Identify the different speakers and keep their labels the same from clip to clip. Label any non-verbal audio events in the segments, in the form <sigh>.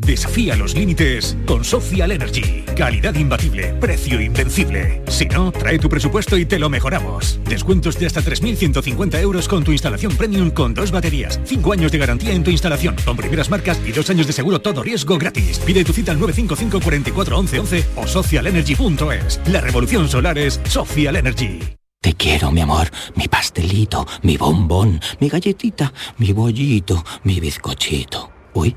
Speaker 1: Desafía los límites con Social Energy. Calidad imbatible, precio invencible. Si no, trae tu presupuesto y te lo mejoramos. Descuentos de hasta 3.150 euros con tu instalación premium con dos baterías, 5 años de garantía en tu instalación, con primeras marcas y dos años de seguro todo riesgo gratis. Pide tu cita al 955 44 11 11 o socialenergy.es. La revolución solar es Social Energy.
Speaker 2: Te quiero, mi amor, mi pastelito, mi bombón, mi galletita, mi bollito, mi bizcochito. Uy.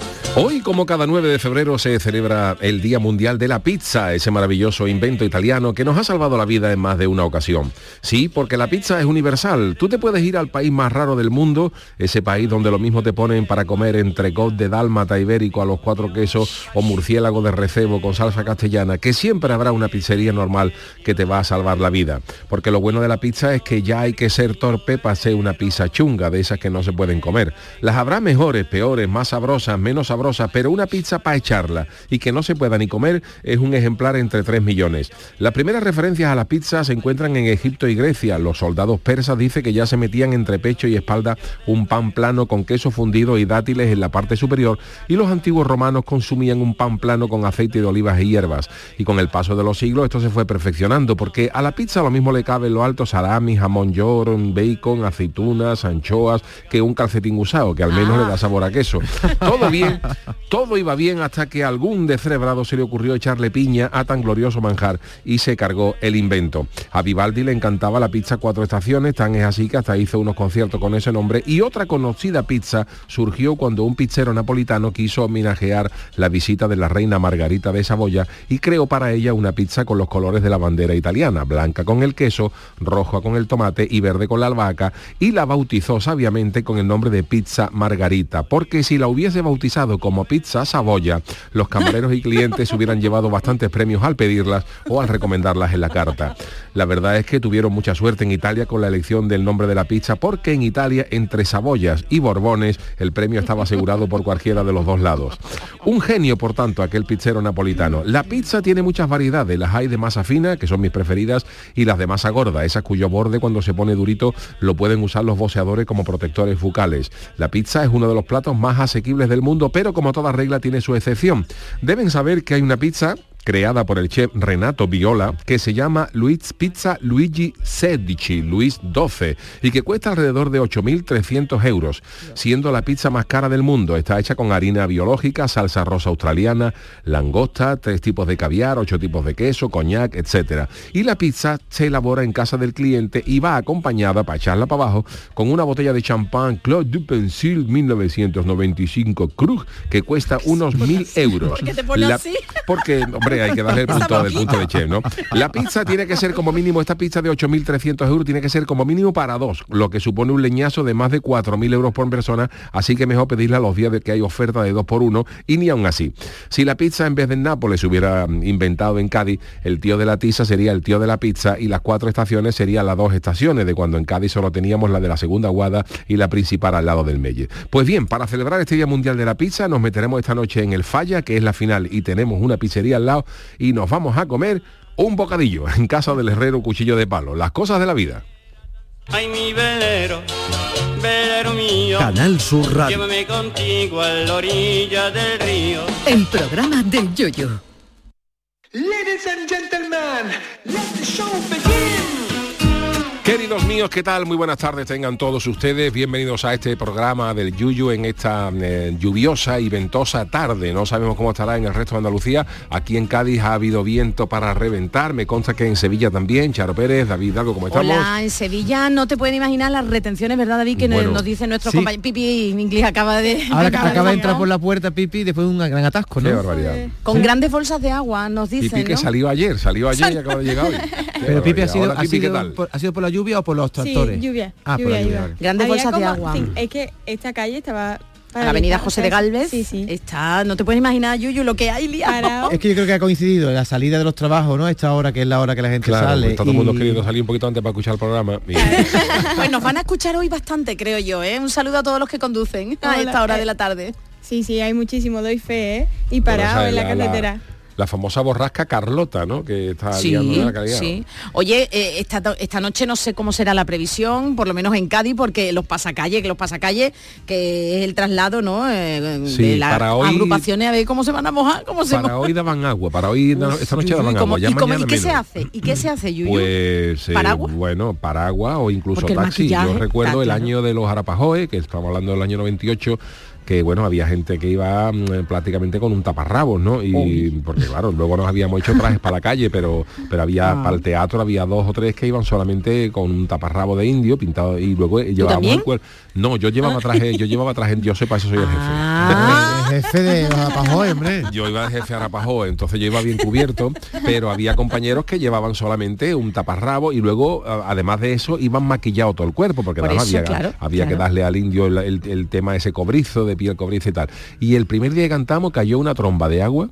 Speaker 3: Hoy, como cada 9 de febrero, se celebra el Día Mundial de la Pizza, ese maravilloso invento italiano que nos ha salvado la vida en más de una ocasión. Sí, porque la pizza es universal. Tú te puedes ir al país más raro del mundo, ese país donde lo mismo te ponen para comer entrecot de dálmata ibérico a los cuatro quesos o murciélago de recebo con salsa castellana, que siempre habrá una pizzería normal que te va a salvar la vida. Porque lo bueno de la pizza es que ya hay que ser torpe para hacer una pizza chunga, de esas que no se pueden comer. Las habrá mejores, peores, más sabrosas, menos sabrosas pero una pizza para echarla y que no se pueda ni comer es un ejemplar entre 3 millones. Las primeras referencias a la pizza se encuentran en Egipto y Grecia. Los soldados persas dice que ya se metían entre pecho y espalda un pan plano con queso fundido y dátiles en la parte superior y los antiguos romanos consumían un pan plano con aceite de olivas y hierbas. Y con el paso de los siglos esto se fue perfeccionando porque a la pizza lo mismo le cabe lo alto salami, jamón york, bacon, aceitunas, anchoas que un calcetín usado que al menos le da sabor a queso. Todo bien todo iba bien hasta que a algún descerebrado se le ocurrió echarle piña a tan glorioso manjar y se cargó el invento. A Vivaldi le encantaba la pizza cuatro estaciones, tan es así que hasta hizo unos conciertos con ese nombre y otra conocida pizza surgió cuando un pizzero napolitano quiso homenajear la visita de la reina Margarita de Saboya y creó para ella una pizza con los colores de la bandera italiana, blanca con el queso, roja con el tomate y verde con la albahaca y la bautizó sabiamente con el nombre de pizza Margarita, porque si la hubiese bautizado como pizza Saboya, los camareros y clientes hubieran llevado bastantes premios al pedirlas o al recomendarlas en la carta. La verdad es que tuvieron mucha suerte en Italia con la elección del nombre de la pizza porque en Italia entre Saboyas y Borbones el premio estaba asegurado por cualquiera de los dos lados. Un genio, por tanto, aquel pizzero napolitano. La pizza tiene muchas variedades, las hay de masa fina, que son mis preferidas, y las de masa gorda, esas cuyo borde cuando se pone durito lo pueden usar los boceadores como protectores bucales. La pizza es uno de los platos más asequibles del mundo, pero como toda regla tiene su excepción. Deben saber que hay una pizza creada por el chef Renato Viola, que se llama Luis Pizza Luigi Sedici, Luis 12, y que cuesta alrededor de 8.300 euros, siendo la pizza más cara del mundo. Está hecha con harina biológica, salsa rosa australiana, langosta, tres tipos de caviar, ocho tipos de queso, coñac, etc. Y la pizza se elabora en casa del cliente y va acompañada, para echarla para abajo, con una botella de champán Claude du Pensil 1995 Krug, que cuesta unos 1.000 euros.
Speaker 4: ¿Por qué te pones
Speaker 3: La-
Speaker 4: así?
Speaker 3: porque, hombre, hay que darle el
Speaker 4: <laughs> Está
Speaker 3: punto del
Speaker 4: poquito.
Speaker 3: punto de chef, ¿no? La pizza tiene que ser como mínimo, esta pizza de 8.300 euros tiene que ser como mínimo para dos, lo que supone un leñazo de más de 4.000 euros por persona, así que mejor pedirla los días de que hay oferta de dos por uno, y ni aún así. Si la pizza en vez de en Nápoles se hubiera mm, inventado en Cádiz, el tío de la tiza sería el tío de la pizza y las cuatro estaciones serían las dos estaciones, de cuando en Cádiz solo teníamos la de la segunda guada y la principal al lado del Melle. Pues bien, para celebrar este Día Mundial de la Pizza, nos meteremos esta noche en el Falla, que es la final, y tenemos una pizzería al lado, y nos vamos a comer un bocadillo en casa del herrero Cuchillo de Palo. Las cosas de la vida.
Speaker 5: Ay, mi velero, velero mío.
Speaker 6: Canal Sur Radio.
Speaker 5: Llévame contigo a la orilla del río.
Speaker 7: El programa del yoyo.
Speaker 8: Ladies and gentlemen, let the show begin.
Speaker 3: Queridos míos, ¿qué tal? Muy buenas tardes tengan todos ustedes. Bienvenidos a este programa del Yuyu en esta eh, lluviosa y ventosa tarde. No sabemos cómo estará en el resto de Andalucía. Aquí en Cádiz ha habido viento para reventar. Me consta que en Sevilla también. Charo Pérez, David Hidalgo, ¿cómo estamos?
Speaker 4: Hola, en Sevilla no te pueden imaginar las retenciones, ¿verdad, David? Que nos-
Speaker 3: Bueno,
Speaker 4: nos dice nuestro
Speaker 9: sí.
Speaker 4: compañero Pipi en inglés acaba de... <laughs>
Speaker 9: Ahora
Speaker 4: acaba de-
Speaker 9: acaba de entrar por la puerta Pipi después de un gran atasco, ¿no?
Speaker 3: Qué barbaridad.
Speaker 4: Con grandes bolsas de agua, nos
Speaker 3: Y
Speaker 4: dicen,
Speaker 3: Pipi que
Speaker 4: Eh, ¿no?
Speaker 3: salió ayer, salió ayer y
Speaker 4: Sal-
Speaker 3: acaba
Speaker 4: <laughs>
Speaker 3: de llegar hoy.
Speaker 9: Pero Pipi ha sido,
Speaker 3: Ahora,
Speaker 9: ha,
Speaker 3: Pipi, ¿qué
Speaker 9: sido
Speaker 3: tal?
Speaker 9: por, ha sido por la lluvia o por los
Speaker 10: Sí,
Speaker 9: tractores.
Speaker 10: lluvia,
Speaker 9: Ah, por
Speaker 10: lluvia,
Speaker 9: la lluvia.
Speaker 10: lluvia.
Speaker 9: vale.
Speaker 4: Grandes
Speaker 10: Había
Speaker 4: bolsas de
Speaker 10: como-
Speaker 4: agua.
Speaker 10: sí, es que esta calle estaba...
Speaker 4: La avenida José de Galvez
Speaker 10: Sí, sí.
Speaker 4: está, no te puedes imaginar, Yuyu, lo que hay liado.
Speaker 9: Es que yo creo que ha coincidido la salida de los trabajos, ¿no? Esta hora que es la hora que la gente
Speaker 3: Claro,
Speaker 9: sale.
Speaker 3: pues está todo el mundo
Speaker 9: y-
Speaker 3: queriendo salir un poquito antes para escuchar el programa.
Speaker 4: <laughs>
Speaker 3: Y-
Speaker 4: <laughs> Pues nos van a escuchar hoy bastante, creo yo, ¿eh? Un saludo a todos los que conducen a
Speaker 10: Hola,
Speaker 4: esta hora
Speaker 10: eh.
Speaker 4: de la tarde.
Speaker 10: Sí, sí, hay muchísimo, doy fe, ¿eh? Y
Speaker 3: Bueno,
Speaker 10: parado
Speaker 3: esa es
Speaker 10: en la, carretera.
Speaker 3: la famosa borrasca Carlota, ¿no? Que está
Speaker 4: Sí,
Speaker 3: liando la calidad.
Speaker 4: sí. Oye, eh, esta, to- esta noche no sé cómo será la previsión, por lo menos en Cádiz, porque los pasacalles, que los pasacalles, que es el traslado, ¿no? Eh,
Speaker 3: Sí,
Speaker 4: de las
Speaker 3: para hoy-
Speaker 4: agrupaciones, a ver cómo se van a mojar, cómo se
Speaker 3: Para
Speaker 4: mojan.
Speaker 3: hoy daban agua, para hoy
Speaker 4: Uf,
Speaker 3: esta noche daban
Speaker 4: ¿Y, cómo-
Speaker 3: agua. ya
Speaker 4: y cómo-
Speaker 3: mañana
Speaker 4: y qué se
Speaker 3: menos.
Speaker 4: hace? ¿Y qué se hace, Yuyu?
Speaker 3: Pues eh,
Speaker 4: ¿Paraguas?
Speaker 3: bueno, paraguas o incluso
Speaker 4: Porque el
Speaker 3: taxi. Yo
Speaker 4: maquillaje-
Speaker 3: recuerdo
Speaker 4: Ah,
Speaker 3: el
Speaker 4: claro.
Speaker 3: año de los Arapajoe, que estamos hablando del año 98 que bueno, había gente que iba mm, prácticamente con un taparrabos, ¿no? Y porque claro, luego nos habíamos hecho trajes para la calle, pero pero había
Speaker 4: Ah.
Speaker 3: para el teatro había dos o tres que iban solamente con un taparrabo de indio pintado y luego eh, llevábamos
Speaker 4: también? Ah.
Speaker 3: el cuerpo. No, yo llevaba traje, yo llevaba traje, yo sé para eso soy el jefe. <laughs>
Speaker 9: El jefe de los Arapajoe, hombre.
Speaker 3: Yo iba de jefe a Rapajoe, entonces yo iba bien cubierto, pero había compañeros que llevaban solamente un taparrabo y luego, a- además de eso, iban maquillado todo el cuerpo, porque
Speaker 11: Por
Speaker 3: además
Speaker 11: eso,
Speaker 3: había,
Speaker 11: claro,
Speaker 3: había que
Speaker 11: claro.
Speaker 3: darle al indio el, el- el tema ese cobrizo, de piel cobrizo y tal. Y el primer día que cantamos cayó una tromba de agua.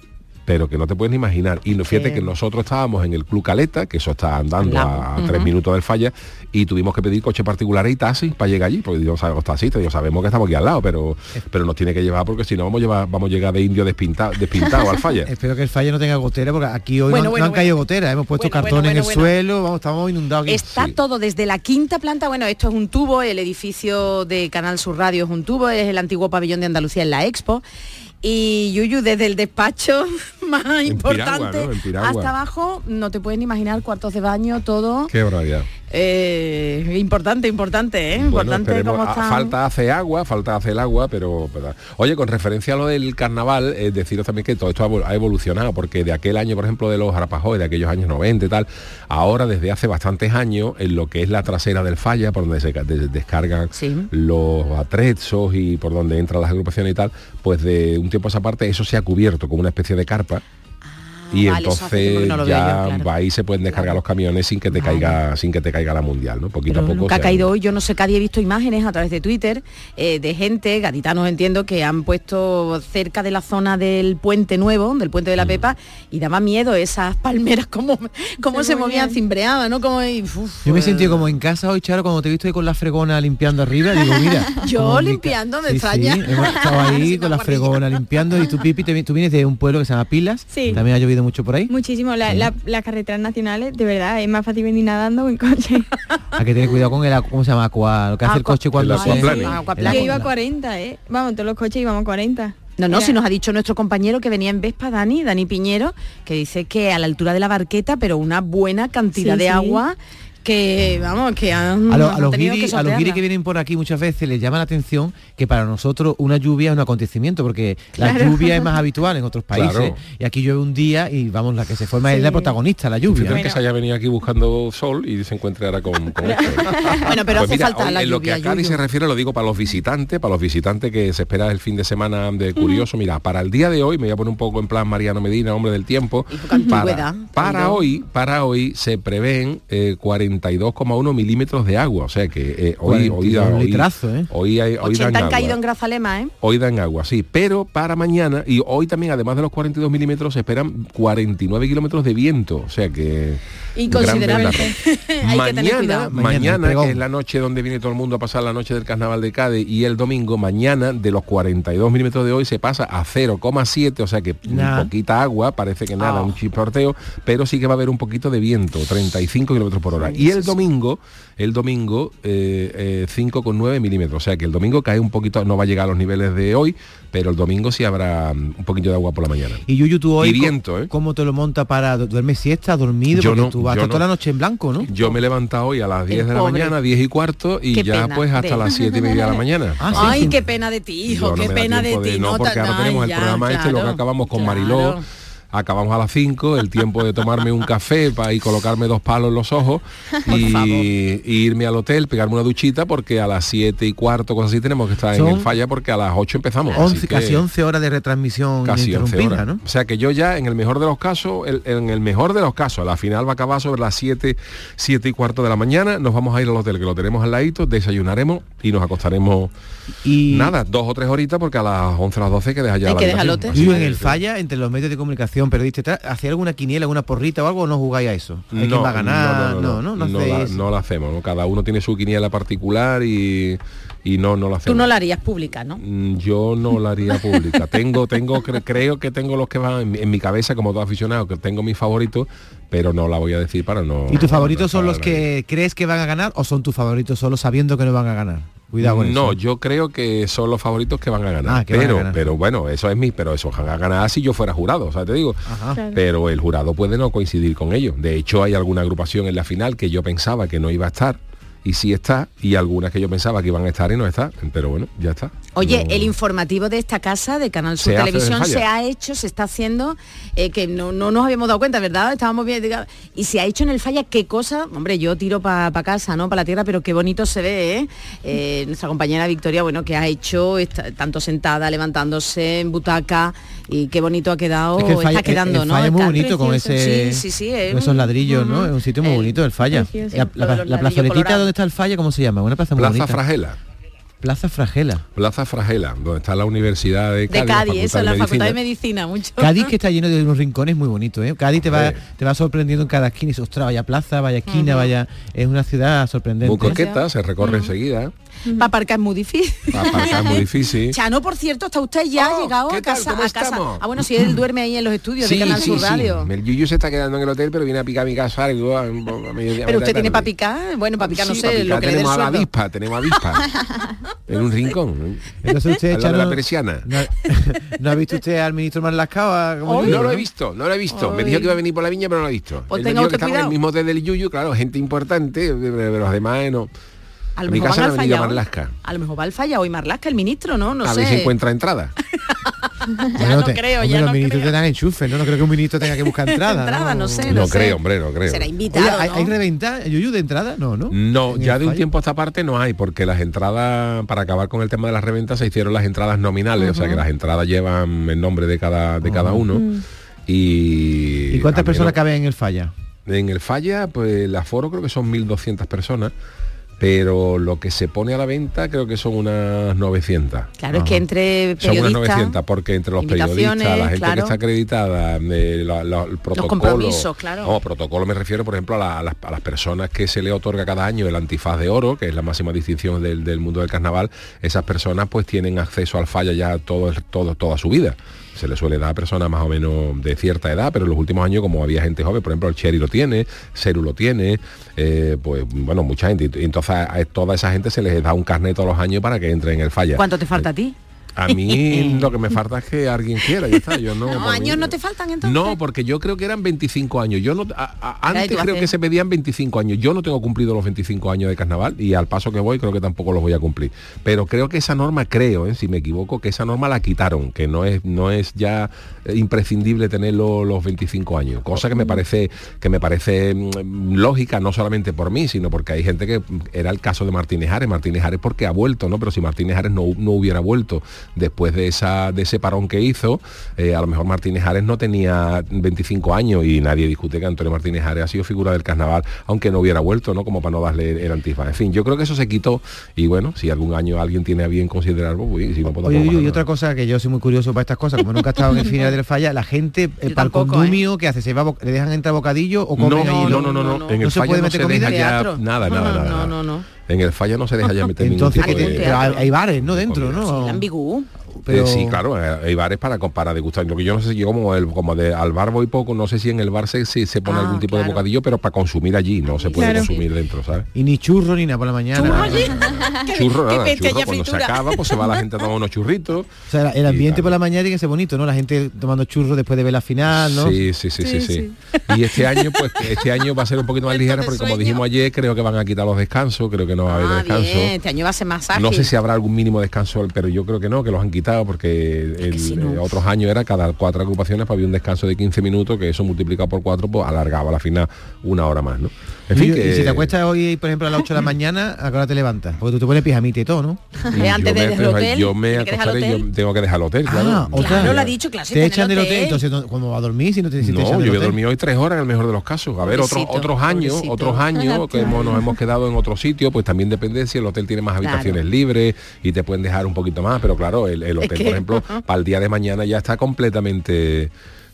Speaker 3: Pero que no te puedes ni imaginar. Y no- fíjate
Speaker 11: Sí.
Speaker 3: que nosotros estábamos en el Club Caleta, que eso está andando a, a
Speaker 11: Ujú.
Speaker 3: tres minutos del falla, y tuvimos que pedir coche particular y taxi para llegar allí, porque Dios sabe los taxistas, Dios sabemos que estamos aquí al lado, pero, pero nos tiene que llevar porque si no vamos a llevar, vamos a llegar de indio despintado, despintado al falla.
Speaker 9: Espero que el fallo no tenga gotera, porque aquí hoy
Speaker 4: Bueno,
Speaker 9: no, no
Speaker 4: bueno,
Speaker 9: han caído goteras. Hemos puesto
Speaker 4: Bueno,
Speaker 9: cartón
Speaker 4: bueno,
Speaker 9: en el
Speaker 4: bueno, bueno.
Speaker 9: suelo, vamos, estamos inundados aquí.
Speaker 4: Está todo desde la quinta planta, bueno, esto es un tubo, el edificio de Canal Sur Radio es un tubo, es el antiguo pabellón de Andalucía en la Expo. Y Yuyu, desde el despacho <laughs> más importante
Speaker 3: ¿no? En Piragua.
Speaker 4: hasta abajo, no te pueden imaginar, cuartos de baño, todo.
Speaker 3: <laughs> Qué barbaridad.
Speaker 4: Eh, importante, importante, ¿eh? importante
Speaker 3: esperemos.
Speaker 4: cómo
Speaker 3: Ah,
Speaker 4: están.
Speaker 3: falta hace agua, falta hace el agua, pero ¿verdad? oye, con referencia a lo del carnaval, eh, deciros también que todo esto ha evol- ha evolucionado, porque de aquel año, por ejemplo, de los Arapajoy, de aquellos años 90 y tal, ahora desde hace bastantes años, en lo que es la trasera del falla, por donde se ca- de- descargan los atrezos y por donde entran las agrupaciones y tal, pues de un tiempo a esa parte eso se ha cubierto con una especie de carpa. Y
Speaker 4: Ah, vale, eso hace tiempo
Speaker 3: entonces
Speaker 4: que no lo veo
Speaker 3: ya
Speaker 4: yo, claro.
Speaker 3: ahí se pueden descargar los camiones sin que te caiga sin que te caiga la mundial, ¿no? Poquito a poco.
Speaker 4: Nunca ha
Speaker 3: se han-
Speaker 4: caído hoy, yo no sé, Cádiz he visto imágenes a través de Twitter eh, de gente, gaditanos entiendo, que han puesto cerca de la zona del puente nuevo, del puente de
Speaker 9: Mm.
Speaker 4: la Pepa, y daba miedo esas palmeras, <laughs> cómo, cómo se, movían, cimbreaban, ¿no? Como, y, uf,
Speaker 9: Yo me he
Speaker 10: Pues-
Speaker 9: sentido como en casa hoy, Charo, cuando te he visto ahí con la fregona limpiando arriba, digo,
Speaker 10: <laughs>
Speaker 9: mira.
Speaker 4: Yo
Speaker 9: como en mi
Speaker 4: limpiando,
Speaker 9: ca-
Speaker 4: me
Speaker 9: Sí, sí,
Speaker 4: extraña.
Speaker 9: hemos estado ahí con la fregona limpiando y tú, Pipi, te vi- tú vienes de un pueblo que se llama Pilas,
Speaker 10: Sí.
Speaker 9: también ha llovido mucho por ahí.
Speaker 10: Muchísimo, la-
Speaker 9: Sí.
Speaker 10: la- las carreteras nacionales, de verdad, es más fácil venir nadando que en coche.
Speaker 9: <laughs> Hay que tener cuidado con el, acu- ¿cómo se llama? Aqua, lo que hace el
Speaker 10: Aqua-
Speaker 9: coche cuando
Speaker 3: El
Speaker 9: se-
Speaker 3: aquaplaning.
Speaker 9: el
Speaker 10: Yo
Speaker 9: aqua-
Speaker 10: iba a 40, ¿eh? Vamos, todos los coches íbamos a 40.
Speaker 4: No, no, si nos ha dicho nuestro compañero que venía en Vespa, Dani, Dani Piñero, que dice que a la altura de la barqueta, pero una buena cantidad
Speaker 10: Sí,
Speaker 4: de
Speaker 10: sí.
Speaker 4: agua que, vamos, que han,
Speaker 9: A, lo- a
Speaker 4: han
Speaker 9: los
Speaker 4: tenido
Speaker 9: guiri,
Speaker 4: que
Speaker 9: a los guiri
Speaker 4: sortearla.
Speaker 9: que vienen por aquí muchas veces les llama la atención que para nosotros una lluvia es un acontecimiento, porque la
Speaker 4: Claro.
Speaker 9: lluvia es más habitual en otros países.
Speaker 3: Claro.
Speaker 9: Y aquí llueve un día y vamos, la que se forma es la protagonista, la
Speaker 3: Fíjate
Speaker 9: lluvia.
Speaker 3: que se haya venido aquí buscando sol y se encuentra ahora con, con esto.
Speaker 4: <laughs> <laughs> Bueno,
Speaker 9: Ah,
Speaker 4: pero
Speaker 3: Pues
Speaker 4: hace
Speaker 3: mira,
Speaker 4: falta
Speaker 3: hoy,
Speaker 4: la
Speaker 3: en lo que
Speaker 4: lluvia.
Speaker 3: a Cádiz
Speaker 4: Yuyu.
Speaker 3: se refiere lo digo para los visitantes, para los visitantes que se espera el fin de semana de curioso. Mira, para el día de hoy, me voy a poner un poco en plan Mariano Medina, hombre del tiempo.
Speaker 4: antigüedad,
Speaker 3: Para, para
Speaker 4: tanto.
Speaker 3: hoy, para hoy se prevén eh, 42,1 milímetros de agua. O sea que eh, hoy, hoy,
Speaker 9: 42
Speaker 3: hoy-
Speaker 9: litrazo, ¿eh?
Speaker 3: hoy hay- hoy
Speaker 4: 80
Speaker 3: dan
Speaker 4: han
Speaker 3: agua.
Speaker 4: caído en Grazalema, ¿eh?
Speaker 3: Hoy dan agua, sí, pero para mañana y hoy también, además de los 42 milímetros, se esperan 49 kilómetros de viento, o sea que... gran ventaja.
Speaker 4: <laughs> Hay que tener
Speaker 3: mañana,
Speaker 4: cuidado.
Speaker 3: mañana que es la noche donde viene todo el mundo a pasar la noche del carnaval de Cádiz y el domingo, mañana de los 42 milímetros de hoy se pasa a 0,7, o sea que
Speaker 9: Nah.
Speaker 3: poquita agua, parece que
Speaker 4: Ah.
Speaker 3: nada, un chisporteo, pero sí que va a haber un poquito de viento, 35 kilómetros por hora. Y el domingo, el domingo eh, eh, 5,9 milímetros, o sea que el domingo cae un poquito, no va a llegar a los niveles de hoy, pero el domingo sí habrá mm, un poquito de agua por la mañana.
Speaker 9: Y Yuyu, tú hoy,
Speaker 3: Y
Speaker 9: co-
Speaker 3: viento, ¿eh?
Speaker 9: ¿cómo te lo monta para du- duerme siesta, dormido?
Speaker 3: Yo
Speaker 9: porque
Speaker 3: no,
Speaker 9: tú vas
Speaker 3: yo
Speaker 9: hasta
Speaker 3: no.
Speaker 9: toda la noche en blanco, ¿no?
Speaker 3: Yo me he levantado hoy a las 10 de la
Speaker 4: pobre.
Speaker 3: mañana, 10 y cuarto, y
Speaker 4: Qué
Speaker 3: ya
Speaker 4: pena
Speaker 3: pues hasta
Speaker 4: de-
Speaker 3: las 7 y
Speaker 4: <laughs>
Speaker 3: media de la mañana.
Speaker 4: Ay, qué pena de ti, hijo,
Speaker 3: Ah, Yo no
Speaker 4: qué
Speaker 3: me da
Speaker 4: pena de
Speaker 3: tiempo
Speaker 4: ti.
Speaker 3: No,
Speaker 4: tan-
Speaker 3: porque ahora tenemos
Speaker 4: ay,
Speaker 3: el
Speaker 4: ya,
Speaker 3: programa este, luego
Speaker 4: claro.
Speaker 3: acabamos con Mariló. Acabamos a las 5, el tiempo de tomarme un café para y colocarme dos palos en los <laughs> ojos y, y irme al hotel, pegarme una duchita porque a las 7 y cuarto, cosas así, tenemos que estar en
Speaker 9: Son
Speaker 3: el falla porque a las 8 empezamos. así que-
Speaker 9: 11, casi 11 horas de retransmisión
Speaker 3: casi 11
Speaker 9: ininterrumpida,
Speaker 3: horas.
Speaker 9: ¿no?
Speaker 3: O sea que yo ya en el mejor de los casos, el- en el mejor de los casos, la final va a acabar sobre las 7, 7 y cuarto de la mañana, nos vamos a ir al hotel que lo tenemos al ladito, desayunaremos y nos acostaremos
Speaker 9: y
Speaker 3: nada, dos o tres horitas porque a las 11 a las 12 que deja ya la habitación. Así
Speaker 9: Yuyu, en
Speaker 3: que-
Speaker 9: el falla, entre los medios de comunicación, periodistas, y tal, ¿hacía alguna quiniela, alguna porrita o algo o no jugáis a eso? ¿Hay quién va a ganar? No, no, no,
Speaker 3: la,
Speaker 9: hacéis.
Speaker 3: no la hacemos, ¿no? cada uno tiene su quiniela particular y, y no, no la
Speaker 4: Tú
Speaker 3: hacemos.
Speaker 4: no la harías pública, ¿no?
Speaker 3: Mm, Yo no la haría pública. tengo, tengo, cre- creo que tengo los que van en, mi- en mi cabeza como todo aficionado, que tengo mis favoritos, pero no la voy a decir para no.
Speaker 9: ¿Y tus favoritos son los que crees que van a ganar o son tus favoritos solo sabiendo que no van a ganar? Cuidado con
Speaker 3: no,
Speaker 9: eso.
Speaker 3: yo creo que son los favoritos que van a ganar.
Speaker 9: Ah, que van a
Speaker 3: pero,
Speaker 9: ganar.
Speaker 3: pero bueno, eso es mi, pero eso van a ganar si yo fuera jurado, o sea, te digo.
Speaker 9: Claro.
Speaker 3: Pero el jurado puede no coincidir con ellos. De hecho, hay alguna agrupación en la final que yo pensaba que no iba a estar y sí está, y algunas que yo pensaba que iban a estar y no está. Pero bueno, ya está.
Speaker 4: Oye,
Speaker 3: No-
Speaker 4: el informativo de esta casa, de Canal Sur
Speaker 3: Se hace
Speaker 4: Televisión,
Speaker 3: desde
Speaker 4: se
Speaker 3: Falla.
Speaker 4: ha hecho, se está haciendo, eh, que no, no nos habíamos dado cuenta, ¿verdad? Estábamos bien, diga- y se ha hecho en el falla, qué cosa, hombre, yo tiro para casa, ¿no? Para la tierra, pero qué bonito se ve, ¿eh? Eh, Nuestra compañera Victoria, bueno, que ha hecho, está- tanto sentada, levantándose en butaca, y qué bonito ha quedado,
Speaker 9: Es que el falla-
Speaker 4: Oh,
Speaker 9: eh,
Speaker 4: está quedando,
Speaker 9: el- el
Speaker 4: ¿no?
Speaker 9: falla es muy
Speaker 4: Está
Speaker 9: bonito con
Speaker 4: precioso.
Speaker 9: ese-
Speaker 4: Sí, sí, sí, es
Speaker 9: con esos
Speaker 4: un-
Speaker 9: ladrillos, ¿no? Es un sitio muy bonito el falla.
Speaker 4: precioso.
Speaker 9: La,
Speaker 4: Lo de
Speaker 9: la,
Speaker 4: los
Speaker 9: la
Speaker 4: ladrillos
Speaker 9: plazoletita
Speaker 4: colorados.
Speaker 9: donde está el falla, ¿cómo se llama? Una plaza muy
Speaker 3: Plaza
Speaker 9: bonita.
Speaker 3: Fragela.
Speaker 9: Plaza Fragela.
Speaker 3: Plaza Fragela, donde está la Universidad de Cádiz.
Speaker 4: De Cádiz, eso, la Facultad de Medicina,
Speaker 3: Medicina.
Speaker 4: mucho.
Speaker 9: Cádiz que está lleno de unos rincones muy bonitos, ¿eh? Cádiz te va, te va sorprendiendo en cada esquina y dices, ostras, vaya plaza, vaya esquina, vaya... Es una ciudad sorprendente. ¿eh?
Speaker 3: Muy coqueta, se recorre enseguida.
Speaker 4: Para aparcar es muy difícil.
Speaker 3: Para aparcar
Speaker 4: <laughs>
Speaker 3: es muy difícil.
Speaker 4: Chano, por cierto, está usted ya llegado a
Speaker 3: tal?
Speaker 4: casa,
Speaker 3: ¿Cómo
Speaker 4: a casa.
Speaker 3: estamos?
Speaker 4: Ah, bueno, si él duerme ahí en los estudios de Canal Sur Radio.
Speaker 3: El Yuyu se está quedando en el hotel, pero viene a picar mi casa algo a- a mediodía-
Speaker 4: Pero usted tiene
Speaker 3: tarde.
Speaker 4: para picar, bueno, para picar no
Speaker 3: Sí,
Speaker 4: sé,
Speaker 3: para picar
Speaker 4: lo que le dé el
Speaker 3: tenemos a la
Speaker 4: sueldo.
Speaker 3: avispa, tenemos avispa. en un rincón.
Speaker 9: Entonces usted,
Speaker 3: al lado de la
Speaker 9: Chano,
Speaker 3: persiana.
Speaker 9: ¿No, <laughs> ¿no ha visto usted al ministro Marlascao?
Speaker 4: Oh,
Speaker 9: como yo,
Speaker 3: No lo he visto, no lo he visto. Me
Speaker 9: Hoy.
Speaker 3: dijo que iba a venir por la viña, pero no lo he visto.
Speaker 9: Pues
Speaker 3: Él me
Speaker 9: tenga
Speaker 3: dijo
Speaker 9: usted
Speaker 3: que estaba en el
Speaker 9: cuidado.
Speaker 3: mismo hotel del Yuyu, claro, gente importante, pero los demás eh, no.
Speaker 4: A
Speaker 3: En
Speaker 4: lo
Speaker 3: mi
Speaker 4: mejor
Speaker 3: casa
Speaker 4: van
Speaker 3: no
Speaker 4: al
Speaker 3: ha venido
Speaker 4: fallao.
Speaker 3: Marlasca.
Speaker 4: A lo mejor va al falla hoy Marlasca, el ministro, ¿no? No
Speaker 3: a
Speaker 4: sé.
Speaker 3: ver si encuentra entrada.
Speaker 4: ya no
Speaker 9: te-
Speaker 4: creo,
Speaker 9: hombre,
Speaker 4: ya
Speaker 9: los
Speaker 4: no
Speaker 9: ministros te dan enchufe, ¿no? No creo que un ministro tenga
Speaker 4: <laughs>
Speaker 9: que buscar entrada.
Speaker 4: Entrada, no sé,
Speaker 3: No no sé. creo, hombre, no creo.
Speaker 4: Será invitado,
Speaker 9: Oye, ¿hay,
Speaker 4: ¿no?
Speaker 9: hay reventa, Yuyu, de entrada? No, ¿no?
Speaker 3: No,
Speaker 9: ¿En
Speaker 3: ya
Speaker 9: el
Speaker 3: de un
Speaker 9: fallo?
Speaker 3: tiempo a esta parte no hay, porque las entradas, para acabar con el tema de las reventas, se hicieron las entradas nominales, o sea que las entradas llevan el nombre de cada, de cada uno.
Speaker 9: Mm.
Speaker 3: Y,
Speaker 9: ¿Y cuántas
Speaker 3: al menos
Speaker 9: personas caben en el falla?
Speaker 3: En el falla, pues el aforo creo que son 1.200 personas, pero lo que se pone a la venta creo que son unas 900.
Speaker 4: Claro, es que entre
Speaker 3: Son unas
Speaker 4: periodistas,
Speaker 3: 900, porque entre los periodistas,
Speaker 4: invitaciones,
Speaker 3: la gente que
Speaker 4: claro.
Speaker 3: está acreditada, eh, la- la- el protocolo...
Speaker 4: compromisos, claro.
Speaker 3: No, protocolo me refiero, por ejemplo, a, la- a las, a las personas que se le otorga cada año el antifaz de oro, que es la máxima distinción del, del mundo del carnaval, esas personas pues tienen acceso al falla ya todo, el- todo, toda su vida. Se le suele dar a personas más o menos de cierta edad, pero en los últimos años, como había gente joven, por ejemplo, el Cherry lo tiene, Ceru lo tiene, eh, pues bueno, mucha gente. Y Entonces a a toda esa gente se les da un carnet todos los años para que entren en el falla.
Speaker 4: ¿Cuánto te falta a ti?
Speaker 3: A mí lo que me falta es que alguien quiera, ya está. Yo no,
Speaker 12: No,
Speaker 3: por mí-
Speaker 12: años no te faltan entonces.
Speaker 3: No, porque yo creo que eran 25 años. Yo no, a- a-
Speaker 12: Era de
Speaker 3: antes
Speaker 12: tu
Speaker 3: creo
Speaker 12: hacer.
Speaker 3: que se pedían 25 años. Yo no tengo cumplido los 25 años de carnaval y al paso que voy creo que tampoco los voy a cumplir. Pero creo que esa norma, creo, eh, si me equivoco, que esa norma la quitaron, que no es, no es ya eh, imprescindible tener lo- los 25 años. Cosa que me parece, que me parece mm, lógica, no solamente por mí, sino porque hay gente que mm, era el caso de Martínez Ares. Martínez Ares porque ha vuelto, ¿no? Pero si Martínez Ares no, no hubiera vuelto después de, esa, de ese parón que hizo, eh, a lo mejor Martínez Ares no tenía 25 años y nadie discute que Antonio Martínez Ares ha sido figura del carnaval, aunque no hubiera vuelto, ¿no? Como para no darle el antifaz. En fin, yo creo que eso se quitó y bueno, si algún año alguien tiene a bien considerarlo, pues si no puedo
Speaker 9: Oye, Yuyu, y otra cosa que yo soy muy curioso para estas cosas, como nunca
Speaker 4: <laughs>
Speaker 9: he estado en el final del falla, la gente eh, para el condumio que hace, se va bo- le dejan entrar bocadillo o come
Speaker 3: No,
Speaker 9: allí,
Speaker 3: no, no, no, no. En el
Speaker 9: se
Speaker 3: falla
Speaker 9: puede
Speaker 3: no
Speaker 9: meter
Speaker 3: se
Speaker 9: comida
Speaker 3: deja ya nada, nada, nada. nada. En el falla no se deja ya meter ningún
Speaker 9: Ah, Entonces,
Speaker 3: tipo
Speaker 9: que
Speaker 3: de-
Speaker 9: te- pero hay hay bares, ¿no? Dentro, ¿no?
Speaker 12: Ambigú.
Speaker 9: Pero-
Speaker 3: Eh, sí, claro, eh, hay bares para, co- para degustar. Lo que yo no sé si yo como, el, como de, al bar voy poco, no sé si en el bar se, si se pone
Speaker 9: Ah,
Speaker 3: algún tipo de
Speaker 9: claro.
Speaker 3: bocadillo, pero para consumir allí, no se puede
Speaker 9: Claro.
Speaker 3: consumir dentro, ¿sabes?
Speaker 9: Y ni churro ni nada por la mañana.
Speaker 3: Churro, nada, churro cuando se acaba, pues se va la gente a tomar unos
Speaker 9: <laughs>
Speaker 3: churritos.
Speaker 9: O sea, el ambiente por la mañana tiene que ser bonito, ¿no? La gente tomando churros después de ver la final, Ah, ¿no?
Speaker 3: Sí, sí, sí, sí, sí, Y este año, pues este año va a ser un poquito más ligera, porque como dijimos ayer, creo que van a quitar los descansos, creo que no va a haber
Speaker 12: Ah,
Speaker 3: descanso.
Speaker 12: bien, este año va a ser más ágil.
Speaker 3: No sé si habrá algún mínimo descanso, pero yo creo que no, que los han quitado porque el-
Speaker 12: si no.
Speaker 3: eh, otros años era cada cuatro agrupaciones para había un descanso de 15 minutos, que eso multiplicado por cuatro, pues alargaba la final una hora más, ¿no? En
Speaker 9: Y-
Speaker 3: fin,
Speaker 9: y,
Speaker 3: que
Speaker 9: si te acuestas hoy, por ejemplo, a las 8 de
Speaker 3: <laughs>
Speaker 9: la mañana, ¿a qué hora te levantas? Porque tú te pones pijamita y todo, ¿no?
Speaker 12: Eh, <laughs> antes de ir al
Speaker 3: pero
Speaker 12: hotel.
Speaker 3: yo me
Speaker 12: ¿Te quieres al
Speaker 3: acostaré, yo tengo que dejar el hotel, claro.
Speaker 9: Ah, otra.
Speaker 12: Claro, lo ha dicho, claro, si está
Speaker 9: Te
Speaker 12: en
Speaker 9: echan
Speaker 12: el
Speaker 9: del hotel,
Speaker 12: hotel.
Speaker 9: entonces ¿dó- ¿cómo va a dormir si no te, si te echan
Speaker 3: No,
Speaker 9: del
Speaker 3: yo he
Speaker 9: hotel?
Speaker 3: dormido hoy tres horas en el mejor de los casos. A ver, otros,
Speaker 9: Pobrecito,
Speaker 3: otros años,
Speaker 9: pobrecito.
Speaker 3: otros años que hemos- nos hemos quedado en otro sitio, pues también depende si el hotel tiene más
Speaker 9: Claro.
Speaker 3: habitaciones libres y te pueden dejar un poquito más, pero claro, el, el
Speaker 9: Es
Speaker 3: hotel,
Speaker 9: que-
Speaker 3: por ejemplo, para el día de mañana ya está completamente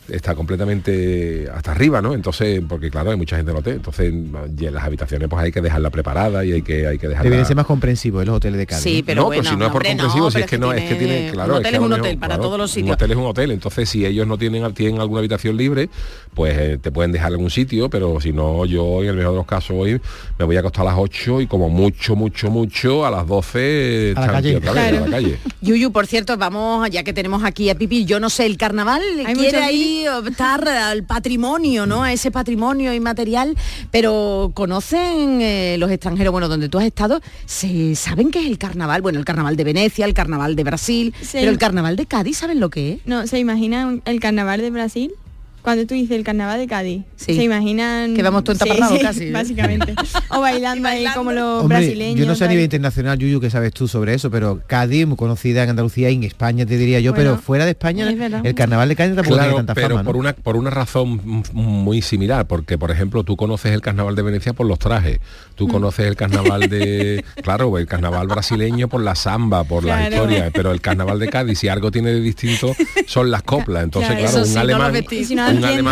Speaker 3: está completamente hasta arriba, ¿no? Entonces, porque claro, hay mucha gente en el hotel, entonces y en las habitaciones pues hay que dejarla preparada y hay que hay que dejarla
Speaker 9: Debería ser más comprensivo en los hoteles de Cádiz.
Speaker 12: Sí,
Speaker 9: ¿no?
Speaker 12: pero
Speaker 3: no,
Speaker 12: bueno,
Speaker 3: pero si no es por
Speaker 12: hombre, no,
Speaker 3: comprensivo, si
Speaker 12: pero
Speaker 3: es que no, es que tiene, claro,
Speaker 12: un hotel
Speaker 3: que
Speaker 12: es
Speaker 3: a
Speaker 12: un
Speaker 3: lo
Speaker 12: hotel
Speaker 3: mejor,
Speaker 12: para
Speaker 3: claro,
Speaker 12: todos los
Speaker 3: Un
Speaker 12: sitios.
Speaker 3: hotel es un hotel, entonces si ellos no tienen, tienen alguna habitación libre, pues eh, te pueden dejar en un sitio, pero si no, yo en el mejor de los casos hoy me voy a acostar a las 8 y como mucho, mucho, mucho, a las 12
Speaker 9: A la calle.
Speaker 3: otra vez, a
Speaker 9: Claro.
Speaker 3: la calle.
Speaker 12: Yuyu, por cierto, vamos, ya que tenemos aquí a Pipi, yo no sé, el carnaval quiere
Speaker 10: muchos
Speaker 12: ahí optar al patrimonio, ¿no? A ese patrimonio inmaterial, pero ¿conocen eh, los extranjeros? Bueno, donde tú has estado, ¿se saben qué es el carnaval? Bueno, el carnaval de Venecia, el carnaval de Brasil, pero el carnaval de Cádiz, ¿saben lo que es?
Speaker 10: No, ¿se imaginan el carnaval de Brasil? Cuando tú dices el carnaval de Cádiz, ¿se imaginan...?
Speaker 12: Que vamos todos
Speaker 10: Sí,
Speaker 12: entaparrados
Speaker 10: sí,
Speaker 12: casi, ¿eh?
Speaker 10: básicamente. O bailando ahí como los
Speaker 9: Hombre,
Speaker 10: brasileños.
Speaker 9: yo no sé a
Speaker 10: tal.
Speaker 9: nivel internacional, Yuyu, que sabes tú sobre eso, pero Cádiz, muy conocida en Andalucía y en España, te diría yo, pero
Speaker 10: Bueno,
Speaker 9: fuera de España,
Speaker 10: es verdad.
Speaker 9: el carnaval de Cádiz tampoco
Speaker 3: Claro,
Speaker 9: tiene tanta
Speaker 3: pero
Speaker 9: fama, ¿no?
Speaker 3: por una por una razón m- muy similar, porque por ejemplo tú conoces el carnaval de Venecia por los trajes,
Speaker 10: Mm.
Speaker 3: tú conoces el carnaval de
Speaker 10: <laughs>
Speaker 3: claro, el carnaval brasileño por la samba, por la
Speaker 10: Claro.
Speaker 3: historia, pero el carnaval de Cádiz si algo tiene de distinto son las coplas, entonces
Speaker 10: Claro.
Speaker 3: claro,
Speaker 10: Eso
Speaker 3: un
Speaker 10: sí, no lo
Speaker 3: alemán
Speaker 10: vestís. Y si no lo
Speaker 3: un
Speaker 10: entiendes.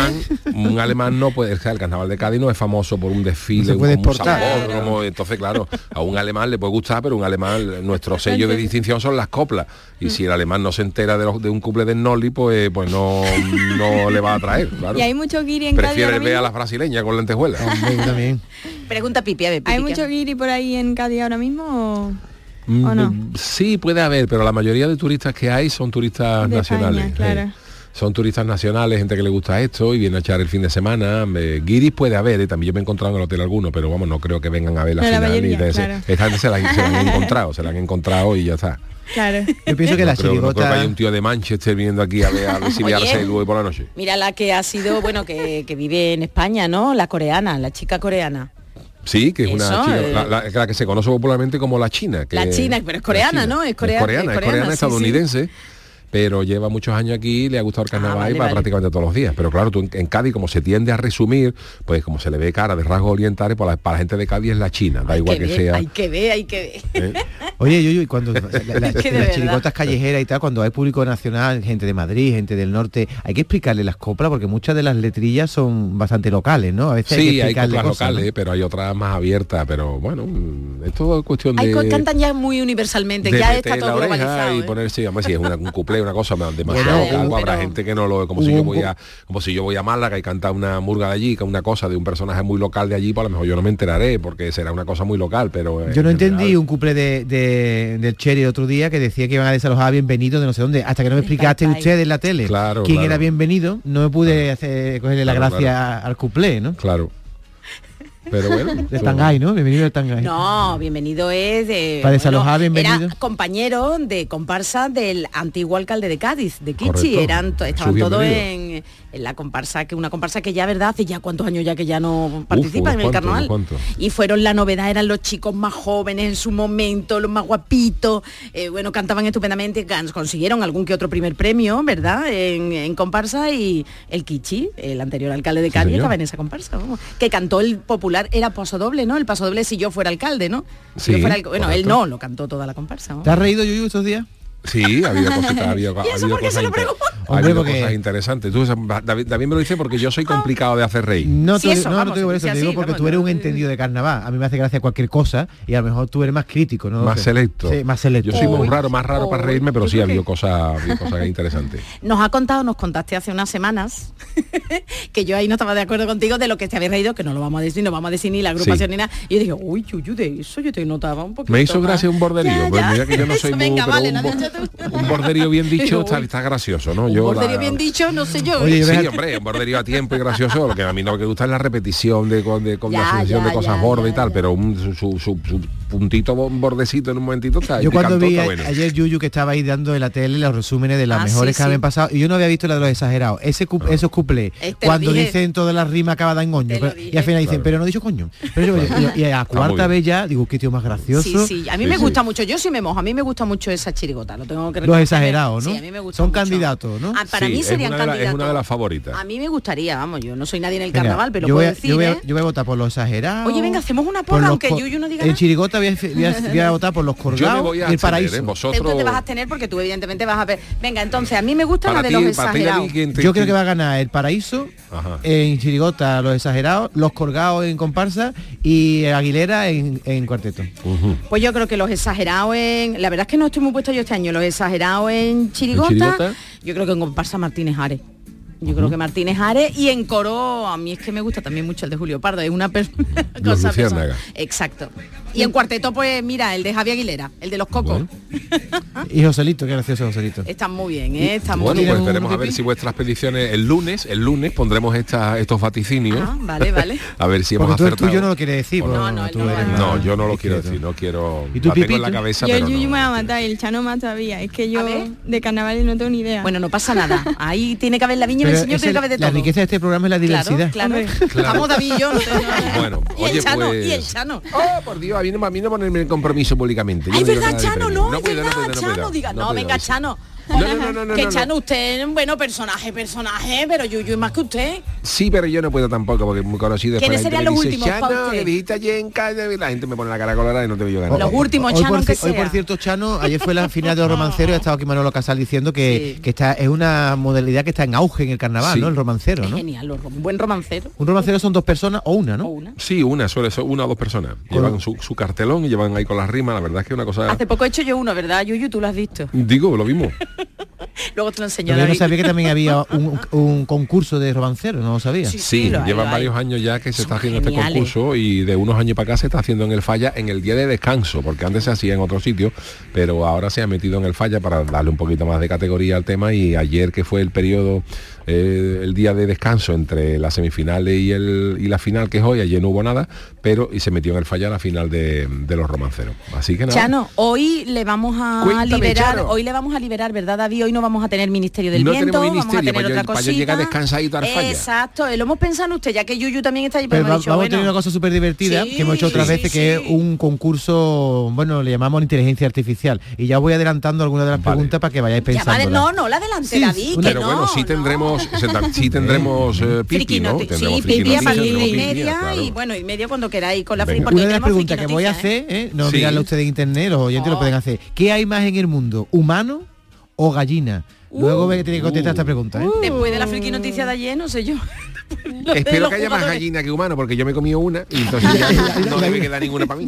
Speaker 3: alemán un alemán no puede, o sea, el carnaval de Cádiz no es famoso por un desfile,
Speaker 9: puede
Speaker 3: como un
Speaker 9: exportar.
Speaker 3: sabor, como- entonces claro, a un alemán le puede gustar, pero un alemán nuestro sello de distinción son las coplas y si el alemán no se entera de, los- de un cumple de Noli, pues pues no no le va a atraer, claro.
Speaker 10: Y hay mucho guiri en Cádiz
Speaker 3: Prefiere
Speaker 10: ahora
Speaker 3: ver a
Speaker 10: mismo.
Speaker 3: las brasileñas con lentejuelas.
Speaker 10: <laughs>
Speaker 9: también.
Speaker 12: Pregunta Pipi, a ver,
Speaker 10: ¿Hay
Speaker 12: Pipi,
Speaker 10: mucho guiri por ahí en Cádiz ahora mismo? o- ¿O no?
Speaker 3: Mm, Sí, puede haber, pero la mayoría de turistas que hay son turistas
Speaker 10: De España,
Speaker 3: nacionales.
Speaker 10: claro.
Speaker 3: eh. Son turistas nacionales, gente que le gusta esto y viene a echar el fin de semana. Eh, guiris puede haber, eh, también yo me he encontrado en el hotel alguno, pero vamos, no creo que vengan a ver la
Speaker 10: Pero la
Speaker 3: final.
Speaker 10: mayoría,
Speaker 3: ni de ese-
Speaker 10: claro.
Speaker 3: Esta gente se la, se
Speaker 10: <laughs>
Speaker 3: la han encontrado, se la han encontrado y ya está.
Speaker 10: Claro.
Speaker 9: Yo pienso que
Speaker 3: no
Speaker 9: la
Speaker 3: creo, no creo que
Speaker 9: chirigota...
Speaker 3: haya un tío de Manchester viniendo aquí a ver a ver si ve a
Speaker 12: Oye.
Speaker 3: Arsenal hoy por la noche.
Speaker 12: Mira la que ha sido, bueno, que, que vive en España, ¿no? La coreana, la chica coreana.
Speaker 3: Sí, que es una
Speaker 12: Eso,
Speaker 3: chica,
Speaker 12: eh.
Speaker 3: la, la- la que se conoce popularmente como la China. Que
Speaker 12: La china, pero es coreana,
Speaker 3: la
Speaker 12: ¿no? Es corea-
Speaker 3: es coreana,
Speaker 12: es
Speaker 3: es coreana,
Speaker 12: coreana, sí,
Speaker 3: estadounidense. Pero lleva muchos años aquí, le ha gustado el carnaval
Speaker 12: Ah, vale,
Speaker 3: y va
Speaker 12: vale.
Speaker 3: prácticamente todos los días. Pero claro, tú en, en Cádiz, como se tiende a resumir, pues como se le ve cara de rasgos orientales, pues la- para la gente de Cádiz es la China, da igual que
Speaker 12: ver,
Speaker 3: sea. ¿eh?
Speaker 12: Hay que ver, <laughs> hay que ver.
Speaker 9: Oye, Yuyu,
Speaker 12: <laughs>
Speaker 9: y cuando la- la-
Speaker 12: Es que de
Speaker 9: las
Speaker 12: verdad.
Speaker 9: chirigotas callejeras y tal, cuando hay público nacional, gente de Madrid, gente del norte, hay que explicarle las coplas porque muchas de las letrillas son bastante locales, ¿no? A veces hay
Speaker 3: Sí,
Speaker 9: que
Speaker 3: hay
Speaker 9: explicarle
Speaker 3: coplas
Speaker 9: cosas,
Speaker 3: locales,
Speaker 9: ¿no?
Speaker 3: pero hay otras más abiertas, pero bueno, mm, es todo cuestión
Speaker 12: Hay, co-
Speaker 3: de...
Speaker 12: cantan ya muy universalmente,
Speaker 3: de
Speaker 12: ya
Speaker 3: meter
Speaker 12: está todo
Speaker 3: la oreja
Speaker 12: globalizado.
Speaker 3: y
Speaker 12: ¿eh?
Speaker 3: ponerse hombre, si es una- un cuplé una cosa más demasiado
Speaker 9: Bueno,
Speaker 3: loca,
Speaker 9: hubo-
Speaker 3: habrá gente que no lo como si
Speaker 9: hubo
Speaker 3: yo
Speaker 9: un
Speaker 3: voy
Speaker 9: cu-
Speaker 3: a como si yo voy a Málaga y canta una murga de allí que una cosa de un personaje muy local de allí pues a lo mejor yo no me enteraré porque será una cosa muy local pero eh,
Speaker 9: Yo no entendí un cuplé de, de de- del Cherry otro día que decía que iban a desalojar a bienvenido de no sé dónde, hasta que no me explicaste
Speaker 4: Papay.
Speaker 9: usted en la tele
Speaker 3: Claro,
Speaker 9: quién
Speaker 3: claro.
Speaker 9: era bienvenido, no me pude hacer, cogerle la
Speaker 3: Claro,
Speaker 9: gracia
Speaker 3: claro.
Speaker 9: al cuplé, ¿no?
Speaker 3: Claro. Pero bueno.
Speaker 9: Del Tangay, ¿no? Bienvenido al Tangay.
Speaker 4: No, bienvenido es de...
Speaker 9: Para desalojar, bienvenido.
Speaker 4: Era compañero de comparsa del antiguo alcalde de Cádiz, de Kichi.
Speaker 9: Correcto.
Speaker 4: Eran, to- estaban
Speaker 9: Su
Speaker 4: todos
Speaker 9: bienvenido.
Speaker 4: en, en la comparsa, que una comparsa que ya, ¿verdad? Hace ya cuántos años ya que ya no participa
Speaker 3: unos
Speaker 4: en el
Speaker 3: cuantos,
Speaker 4: carnaval.
Speaker 3: unos cuantos.
Speaker 4: Y fueron la novedad, eran los chicos más jóvenes en su momento, los más guapitos. eh, bueno, cantaban estupendamente, gan- consiguieron algún que otro primer premio, ¿verdad? En, en comparsa y el Kichi, el anterior alcalde de Cádiz,
Speaker 3: señor.
Speaker 4: estaba en esa comparsa, vamos, que cantó el popular, era paso doble, ¿no? El paso doble si yo fuera alcalde, ¿no? Si yo
Speaker 3: Sí,
Speaker 4: fuera alc- bueno, él
Speaker 3: correcto.
Speaker 4: no, lo cantó toda la comparsa. vamos.
Speaker 9: ¿Te has reído, Yuyu, estos días?
Speaker 3: Sí, ha habido cositas, ha habido, ha
Speaker 4: ¿Y eso
Speaker 3: habido
Speaker 4: por qué
Speaker 3: cosas,
Speaker 4: se lo
Speaker 3: inter-
Speaker 4: pregunto?
Speaker 3: ha habido cosas interesantes. Tú, David, David me lo dice porque yo soy complicado de hacer reír.
Speaker 9: No, te, lo digo- no, no te digo por eso, te digo porque tú eres un entendido de carnaval. A mí me hace gracia cualquier cosa y a lo mejor tú eres más crítico, ¿no?
Speaker 3: Más
Speaker 9: Sí.
Speaker 3: selecto.
Speaker 9: Sí, más selecto.
Speaker 3: Yo soy muy raro, más raro para reírme, pero sí ha habido cosas, ha habido cosas interesantes.
Speaker 4: Nos ha contado, nos contaste hace unas semanas, <laughs> que yo ahí no estaba de acuerdo contigo de lo que te habéis reído, que no lo vamos a decir, no vamos a decir ni la agrupación
Speaker 3: Sí.
Speaker 4: ni nada. Y yo dije, uy, Yuyu, de eso yo te notaba un poquito.
Speaker 3: Me hizo
Speaker 4: más".
Speaker 3: gracia un borderío,
Speaker 4: Ya,
Speaker 3: pues
Speaker 4: ya.
Speaker 3: mira que
Speaker 4: <laughs>
Speaker 3: yo no soy
Speaker 4: Eso,
Speaker 3: muy-
Speaker 4: Venga,
Speaker 3: pero
Speaker 4: vale,
Speaker 3: un
Speaker 4: no,
Speaker 3: bo-
Speaker 4: no, yo te-
Speaker 3: Un
Speaker 4: <laughs>
Speaker 3: borderio bien dicho
Speaker 4: Digo,
Speaker 3: está,
Speaker 4: uy,
Speaker 3: está gracioso, ¿no?
Speaker 4: un
Speaker 3: Yo la-
Speaker 4: borderio bien dicho, no sé yo.
Speaker 3: Oye, sí,
Speaker 4: Venga.
Speaker 3: hombre, un borderio a tiempo y gracioso. Lo que a mí no me gusta es la repetición de, con- de, con
Speaker 4: Ya,
Speaker 3: la asociación
Speaker 4: ya,
Speaker 3: de cosas
Speaker 4: ya,
Speaker 3: gordas y tal, pero un, su, su- su- su puntito, un bordecito en un momentito está
Speaker 9: Oh. Yo
Speaker 3: y te
Speaker 9: cuando
Speaker 3: cantó,
Speaker 9: vi
Speaker 3: está
Speaker 9: a-
Speaker 3: bueno.
Speaker 9: ayer Yuyu que estaba ahí dando en la tele los resúmenes de las
Speaker 3: Ah, sí,
Speaker 9: mejores que
Speaker 3: sí.
Speaker 9: habían pasado y yo no había visto la de los exagerados, Ese cu- esos cuplés,
Speaker 4: Este
Speaker 3: Eh, te lo
Speaker 9: cuando
Speaker 3: dije.
Speaker 9: dicen todas las rimas acaba en coño pero- y al final dicen, pero no he dicho coño. Pero yo- y, y a la
Speaker 3: Está muy
Speaker 9: cuarta
Speaker 3: bien.
Speaker 9: vez ya digo, qué tío más gracioso.
Speaker 4: Sí, sí, a mí me gusta mucho, yo sí me mojo, a mí me gusta mucho esa chirigota, lo tengo que
Speaker 9: Los
Speaker 4: reconocer.
Speaker 9: exagerados, ¿no?
Speaker 4: Sí, a mí me gusta
Speaker 9: Son
Speaker 4: mucho.
Speaker 9: candidatos, ¿no?
Speaker 4: Ah, para mí serían
Speaker 3: una de la- es
Speaker 4: candidatos.
Speaker 3: una de las favoritas.
Speaker 4: A mí me gustaría, vamos, yo no soy nadie en el
Speaker 9: Venga,
Speaker 4: carnaval, pero
Speaker 9: yo
Speaker 4: puedo
Speaker 9: voy, a-
Speaker 4: decir,
Speaker 9: yo, voy a,
Speaker 4: ¿eh?
Speaker 9: yo voy a votar por los exagerados.
Speaker 4: Oye, venga, hacemos una
Speaker 9: por
Speaker 4: porra,
Speaker 9: los
Speaker 4: aunque
Speaker 9: co-
Speaker 4: Yuyu no diga
Speaker 9: En
Speaker 4: nada.
Speaker 9: Chirigota voy a, voy a-
Speaker 4: <laughs>
Speaker 9: voy a votar por los colgados y el paraíso.
Speaker 3: ¿eh?
Speaker 4: Tú te vas a tener porque tú evidentemente vas a ver. Venga, entonces a mí me gusta la de los exagerados.
Speaker 9: Yo creo que va a ganar el paraíso, eh, en Chirigota los exagerados, los colgados en comparsa y Aguilera en, en cuarteto.
Speaker 4: Pues yo creo que los exagerados en. La verdad es que no estoy muy puesto yo este año. Los exagerados en Chirigota.
Speaker 9: Chirigota?
Speaker 4: Yo creo que en comparsa Martínez Ares. Yo creo que Martínez Ares y en coro, a mí es que me gusta también mucho el de Julio Pardo, es una per- <laughs>
Speaker 3: Los
Speaker 4: cosa personal.
Speaker 3: Luciérnagas.
Speaker 4: Exacto. Y en cuarteto, pues mira, el de Javier Aguilera, el de los cocos.
Speaker 9: Y Joselito, qué gracioso Joselito.
Speaker 4: Están muy bien, ¿eh? Están
Speaker 3: Bueno,
Speaker 4: muy
Speaker 3: pues
Speaker 4: bien.
Speaker 3: esperemos a ver si vuestras peticiones el lunes, el lunes pondremos estas estos vaticinios.
Speaker 4: Ah, vale, vale.
Speaker 3: <laughs> A ver si hemos
Speaker 9: Porque tú el
Speaker 3: acertado.
Speaker 9: tuyo no lo quieres decir. porque tú eres más-
Speaker 3: No, yo no lo quiero decir, no quiero.
Speaker 9: ¿Y tú,
Speaker 3: la tengo en
Speaker 9: Pipito?
Speaker 3: la cabeza,
Speaker 10: Yo el
Speaker 3: pero no.
Speaker 10: Yuyu me va a matar, el Chano más todavía. Es que yo de carnavales no tengo ni idea.
Speaker 4: Bueno, no pasa nada. Ahí tiene que haber la viña y
Speaker 9: Pero
Speaker 4: el señor,
Speaker 9: es
Speaker 4: tiene
Speaker 9: el-
Speaker 4: que haber de
Speaker 9: la
Speaker 4: todo.
Speaker 9: riqueza de este programa es la diversidad.
Speaker 4: Claro,
Speaker 3: Claro.
Speaker 4: claro. Vamos, David y yo.
Speaker 3: <laughs>
Speaker 4: no tengo-
Speaker 3: Bueno,
Speaker 4: Y
Speaker 3: oye,
Speaker 4: el Chano,
Speaker 3: pues.
Speaker 4: y el Chano.
Speaker 3: Oh, por Dios, a mí no, a mí no ponerme en compromiso públicamente. Yo
Speaker 4: Ay,
Speaker 3: no digo
Speaker 4: verdad,
Speaker 3: nada de
Speaker 4: Chano,
Speaker 3: premio.
Speaker 4: no, es
Speaker 3: puedo,
Speaker 4: verdad,
Speaker 3: no puedo, no
Speaker 4: Chano,
Speaker 3: puedo.
Speaker 4: diga, no,
Speaker 3: puedo.
Speaker 4: venga, Chano.
Speaker 3: No, no, no, no, no,
Speaker 4: que
Speaker 3: no, no.
Speaker 4: Chano, usted, bueno, personaje, personaje, pero Yuyu es más que usted.
Speaker 3: Sí, pero yo no puedo tampoco, porque muy conocido
Speaker 4: ¿Quiénes
Speaker 3: después la
Speaker 4: serían los
Speaker 3: gente me
Speaker 4: últimos
Speaker 3: dice,
Speaker 4: pa'
Speaker 3: "Chano,
Speaker 4: usted?"
Speaker 3: que dijiste ayer en calle", y la gente me pone la cara colorada y no te veo ganar.
Speaker 9: Hoy- hoy, por,
Speaker 3: que
Speaker 9: cier- hoy, por cierto, Chano, ayer fue la final
Speaker 10: <laughs>
Speaker 9: de los romanceros y ha estado aquí Manolo Casal diciendo que, que está, es una modalidad que está en auge en el carnaval,
Speaker 3: Sí.
Speaker 9: ¿no? El romancero, ¿no?
Speaker 4: Genial, los rom- un buen romancero.
Speaker 9: Un romancero son dos personas o una, ¿no?
Speaker 3: Sí, una, suele ser una o dos personas. Llevan su, su cartelón y llevan ahí con las rimas, la verdad es que una cosa...
Speaker 4: Hace poco he hecho yo uno, ¿verdad, Yuyu? Tú lo has visto.
Speaker 3: Digo, lo mismo.
Speaker 4: Luego te lo enseño.
Speaker 9: Pero yo no
Speaker 4: David.
Speaker 9: sabía que también había
Speaker 4: <laughs>
Speaker 9: un, un concurso de romanceros, no lo sabía.
Speaker 3: Sí, llevan varios años ya que se está haciendo este
Speaker 9: geniales.
Speaker 3: concurso y de unos años para acá se está haciendo en el falla en el día de descanso, porque antes se hacía en otro sitio, pero ahora se ha metido en el falla para darle un poquito más de categoría al tema y ayer que fue el periodo, eh, el día de descanso entre las semifinales y, el, y la final que es hoy, ayer no hubo nada, pero y se metió en el falla la final de, de los romanceros. Así que nada.
Speaker 4: Chano, hoy le vamos a
Speaker 3: Cuéntame,
Speaker 4: liberar,
Speaker 3: Chano.
Speaker 4: hoy le vamos a liberar, ¿verdad, David? Hoy no vamos a tener Ministerio del
Speaker 3: No
Speaker 4: Viento,
Speaker 3: tenemos
Speaker 4: vamos a
Speaker 3: ministerio,
Speaker 4: tener
Speaker 3: para yo-
Speaker 4: otra
Speaker 3: para yo
Speaker 4: cosita.
Speaker 3: llegar descansadito al falla.
Speaker 4: Exacto, eh, lo hemos pensado en usted, ya que Yuyu también está allí, pero
Speaker 9: Pero va-
Speaker 4: hemos dicho,
Speaker 9: vamos a tener
Speaker 4: bueno,
Speaker 9: una cosa súper divertida
Speaker 4: Sí,
Speaker 9: que hemos hecho otras
Speaker 4: sí,
Speaker 9: veces, que es un concurso, bueno, le llamamos inteligencia artificial. Y ya os voy adelantando algunas de las preguntas para que vayáis
Speaker 4: ya va de- no,
Speaker 9: pensando.
Speaker 4: no, la adelante, David, que
Speaker 3: Pero
Speaker 4: no.
Speaker 3: bueno, sí tendremos, se
Speaker 4: <laughs>
Speaker 3: ta- sí tendremos eh, pipi, ¿no?
Speaker 4: Friquinoti-
Speaker 3: Tendremos
Speaker 4: sí, pipi a
Speaker 3: friquinoticias,
Speaker 4: partir de
Speaker 3: tendremos
Speaker 4: y
Speaker 3: pipi,
Speaker 4: media
Speaker 3: claro.
Speaker 4: y bueno, y media cuando queráis con la free
Speaker 3: Venga.
Speaker 4: porque
Speaker 9: Una de las
Speaker 4: tenemos Oh.
Speaker 9: preguntas que voy a
Speaker 4: friquinoticias, ¿eh?
Speaker 9: hacer, ¿eh? no
Speaker 3: Sí.
Speaker 9: mirarlo ustedes en internet, los oyentes lo pueden hacer. ¿Qué hay más en el mundo, humano o gallina?
Speaker 4: Uh.
Speaker 9: Luego voy a tener que contestar esta pregunta. ¿eh? <laughs>
Speaker 4: Después de la friki noticia de ayer, no sé yo. Lo de
Speaker 3: Espero
Speaker 4: los
Speaker 3: que haya más
Speaker 4: jugadores.
Speaker 3: gallina que humano, porque yo me he comido una y entonces ya no debe quedar ninguna para mí.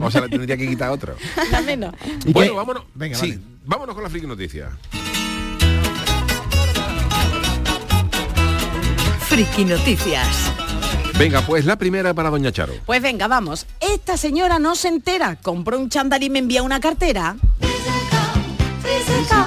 Speaker 3: O sea, la tendría que quitar otra.
Speaker 4: Una menos.
Speaker 3: Bueno, vámonos.
Speaker 9: Venga,
Speaker 3: sí, vámonos con la friki noticia.
Speaker 13: Friki Noticias.
Speaker 3: Venga, pues la primera para Doña Charo.
Speaker 4: Pues venga, vamos. Esta señora no se entera. Compró un chándal y me envía una cartera.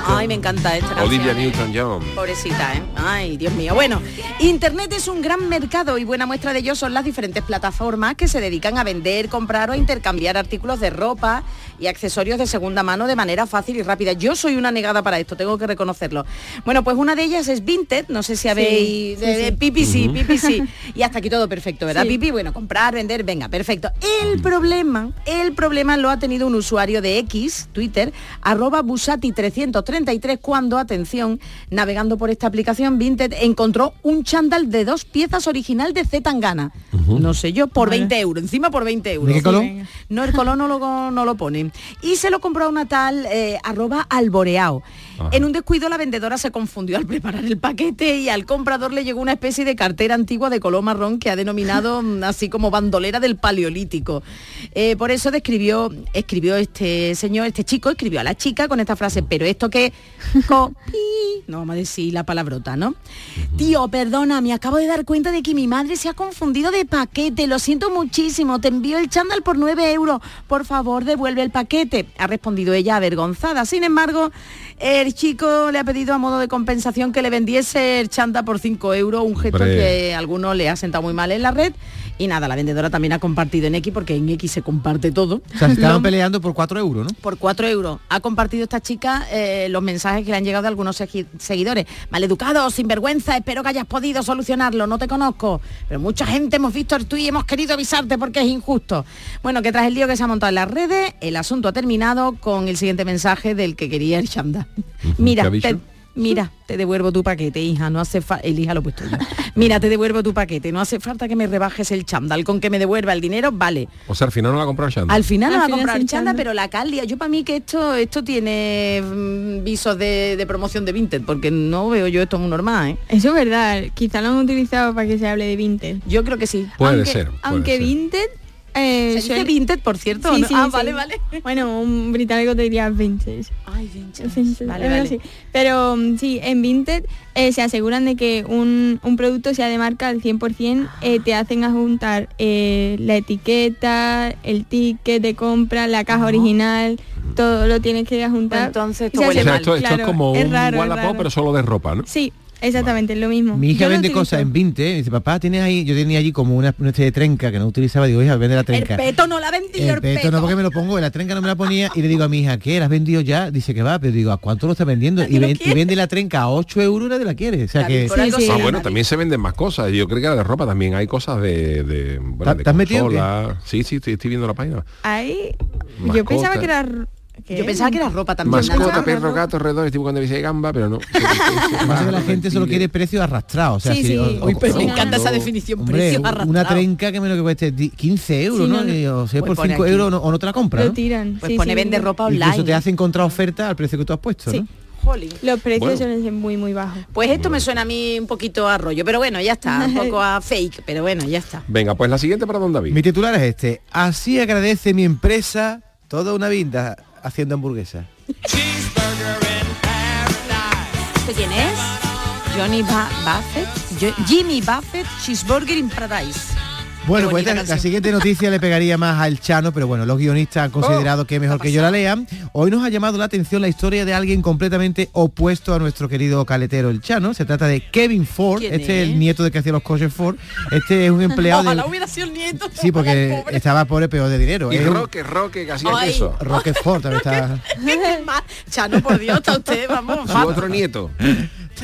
Speaker 4: Ay, me encanta esta canción.
Speaker 3: Olivia Newton-John.
Speaker 4: Pobrecita, ¿eh? Ay, Dios mío. Bueno, Internet es un gran mercado y buena muestra de ello son las diferentes plataformas que se dedican a vender, comprar o intercambiar artículos de ropa y accesorios de segunda mano de manera fácil y rápida. Yo soy una negada para esto, tengo que reconocerlo. Bueno, pues una de ellas es Vinted, no sé si habéis...
Speaker 12: sí,
Speaker 4: de, de
Speaker 12: sí.
Speaker 4: Pipi sí,
Speaker 12: Ujú.
Speaker 4: Pipi sí. Y hasta aquí todo perfecto, ¿verdad,
Speaker 12: Sí.
Speaker 4: Pipi? Bueno, comprar, vender, venga, perfecto. El problema, el problema lo ha tenido un usuario de X, Twitter, arroba Busati333, cuando, atención, navegando por esta aplicación, Vinted encontró un chándal de dos piezas original de Z Tangana. No sé yo, por
Speaker 12: Vale.
Speaker 4: 20 euros, encima por 20 euros.
Speaker 12: qué color?
Speaker 4: No, el color no lo, no lo pone. Y se lo compró a una tal eh, arroba alboreao. En un descuido la vendedora se confundió al preparar el paquete y al comprador le llegó una especie de cartera antigua de color marrón que ha denominado mm, así como bandolera del paleolítico. Eh, por eso describió, escribió este señor, este chico, escribió a la chica con esta frase, pero esto que... <laughs> No vamos a decir la palabrota, ¿no? Tío, perdona, me acabo de dar cuenta de que mi madre se ha confundido de paquete. Lo siento muchísimo. Te envío el chándal por 9 euros. Por favor, devuelve el paquete. Ha respondido ella avergonzada. Sin embargo, el chico le ha pedido a modo de compensación que le vendiese el chándal por 5 euros, un gesto
Speaker 3: Hombre.
Speaker 4: que a alguno le ha sentado muy mal en la red. Y nada, la vendedora también ha compartido en X, porque en X se comparte todo.
Speaker 9: O sea, se
Speaker 4: Lo-
Speaker 9: estaban peleando por 4 euros, ¿no?
Speaker 4: por 4 euros. Ha compartido esta chica eh, los mensajes que le han llegado de algunos segi- seguidores. Maleducado, sinvergüenza, espero que hayas podido solucionarlo, no te conozco. Pero mucha gente hemos visto el tuit y hemos querido avisarte porque es injusto. Bueno, que tras el lío que se ha montado en las redes, el asunto ha terminado con el siguiente mensaje del que quería el chanda.
Speaker 12: ¿qué
Speaker 4: <laughs> Mira,
Speaker 12: ha dicho?
Speaker 4: te, mira, te devuelvo tu paquete, hija, no hace falta, el hija lo
Speaker 12: <laughs>
Speaker 4: he puesto yo. Mira, te devuelvo tu paquete, no hace falta que me rebajes el chándal, con que me devuelva el dinero, vale.
Speaker 3: O sea, al final no la ha comprado Shanda.
Speaker 4: Al final
Speaker 12: Al
Speaker 4: va a
Speaker 12: final
Speaker 4: comprar
Speaker 12: sin
Speaker 4: chanda,
Speaker 12: chándal.
Speaker 4: pero la caldia. Yo para mí que esto esto tiene mm, visos de, de promoción de Vinted, porque no veo yo esto muy normal, ¿eh?
Speaker 10: Eso es verdad, quizá lo han utilizado para que se hable de Vinted.
Speaker 4: Yo creo que sí.
Speaker 3: Puede
Speaker 10: aunque,
Speaker 3: ser, puede
Speaker 10: aunque
Speaker 3: ser.
Speaker 10: Vinted... eh,
Speaker 4: Pues ¿Se dice Vinted, por cierto? o no? Ah, vale, vale.
Speaker 10: Bueno, un británico te diría Vinted.
Speaker 4: Ay, Vinted. Pues
Speaker 10: Vale, vale. Pero um, sí, en Vinted eh, se aseguran de que un, un producto sea de marca al 100%, eh, te hacen adjuntar eh, la etiqueta, el ticket de compra, la caja original, todo lo tienes que adjuntar. Entonces,
Speaker 3: O sea, esto, esto es como un Wallapop, pero solo de ropa, ¿no?
Speaker 10: Sí, exactamente, es lo mismo.
Speaker 9: Mi hija
Speaker 10: Yo lo
Speaker 9: vende
Speaker 10: utilizo.
Speaker 9: cosas en 20, dice, papá, tienes ahí, yo tenía allí como una, una especie de trenca que no utilizaba, digo, hija, vende la trenca.
Speaker 4: no la vendí,
Speaker 9: este El peto no porque me lo pongo, en la trenca no me la ponía y le digo a mi hija, ¿qué? ¿La has vendido ya? Dice que va, pero digo, ¿a cuánto lo está vendiendo? Y, ven- y vende la trenca a 8 euros nadie la quiere. O sea que.
Speaker 3: Ah, bueno, también se venden más cosas. Yo creo que la de ropa también hay cosas de, de, bueno, de
Speaker 9: ¿Te has metido o qué?
Speaker 3: consola. Sí, sí, estoy, estoy viendo la página.
Speaker 10: Ahí,
Speaker 3: Mascota.
Speaker 10: yo pensaba que era... ¿qué?
Speaker 4: Yo pensaba que era ropa también.
Speaker 3: Mascota,
Speaker 4: Nada.
Speaker 3: perro, gato, redor, estoy buscando bici de gamba, pero <laughs> no.
Speaker 9: Pasa que
Speaker 4: Ah,
Speaker 9: la gente solo quiere precio arrastrado. O sea,
Speaker 4: Sí,
Speaker 9: si-
Speaker 4: sí.
Speaker 9: o- o-
Speaker 4: Uy, pero me
Speaker 9: o-
Speaker 4: encanta esa
Speaker 9: o-
Speaker 4: definición,
Speaker 9: hombre,
Speaker 4: precio
Speaker 9: u- Una
Speaker 4: arrastrado.
Speaker 9: trenca que menos que cueste di- 15 euros,
Speaker 4: Sí,
Speaker 9: ¿no?
Speaker 4: no, no.
Speaker 9: Y, o sea,
Speaker 4: Pues
Speaker 9: por
Speaker 4: pone
Speaker 9: 5
Speaker 4: aquí.
Speaker 9: euros no- o no te la compra,
Speaker 10: Lo
Speaker 9: ¿no?
Speaker 10: tiran.
Speaker 4: Pues pone vende ropa
Speaker 9: Incluso
Speaker 4: online.
Speaker 9: te hacen contraoferta al precio que tú has puesto,
Speaker 10: Sí.
Speaker 9: ¿no?
Speaker 10: Los precios
Speaker 9: Bueno.
Speaker 10: son muy, muy bajos.
Speaker 4: Pues esto me suena a mí un poquito a rollo, pero bueno, ya está, un poco <laughs> a fake, pero bueno, ya está.
Speaker 3: Venga, pues la siguiente para don David.
Speaker 9: Mi titular es este. Así agradece mi empresa toda una vida haciendo hamburguesas.
Speaker 4: ¿Este quién es? Johnny Ba- Buffett, Jo- Jimmy Buffett, Cheeseburger in Paradise.
Speaker 9: Bueno,
Speaker 4: Qué
Speaker 9: pues
Speaker 4: bonita
Speaker 9: esta- la
Speaker 4: canción.
Speaker 9: siguiente noticia le pegaría más al Chano, pero bueno, los guionistas han considerado
Speaker 4: Oh,
Speaker 9: que es mejor que yo la lea. Hoy nos ha llamado la atención la historia de alguien completamente opuesto a nuestro querido caletero el Chano. Se trata de Kevin Ford,
Speaker 4: ¿Quién
Speaker 9: este es
Speaker 4: es?
Speaker 9: el nieto de que hacía los coches Ford. Este
Speaker 4: <laughs>
Speaker 9: es un empleado de...
Speaker 4: Ojalá hubiera sido el nieto.
Speaker 9: Sí, porque estaba pobre peor de dinero.
Speaker 3: Y
Speaker 9: Es un-
Speaker 3: Roque, Roque, que hacía
Speaker 4: Ay.
Speaker 3: queso.
Speaker 4: <laughs>
Speaker 9: Roquefort también estaba...
Speaker 4: <laughs> Qué mal. Chano, por Dios, está usted,
Speaker 9: <laughs>
Speaker 4: vamos.
Speaker 3: Su otro nieto.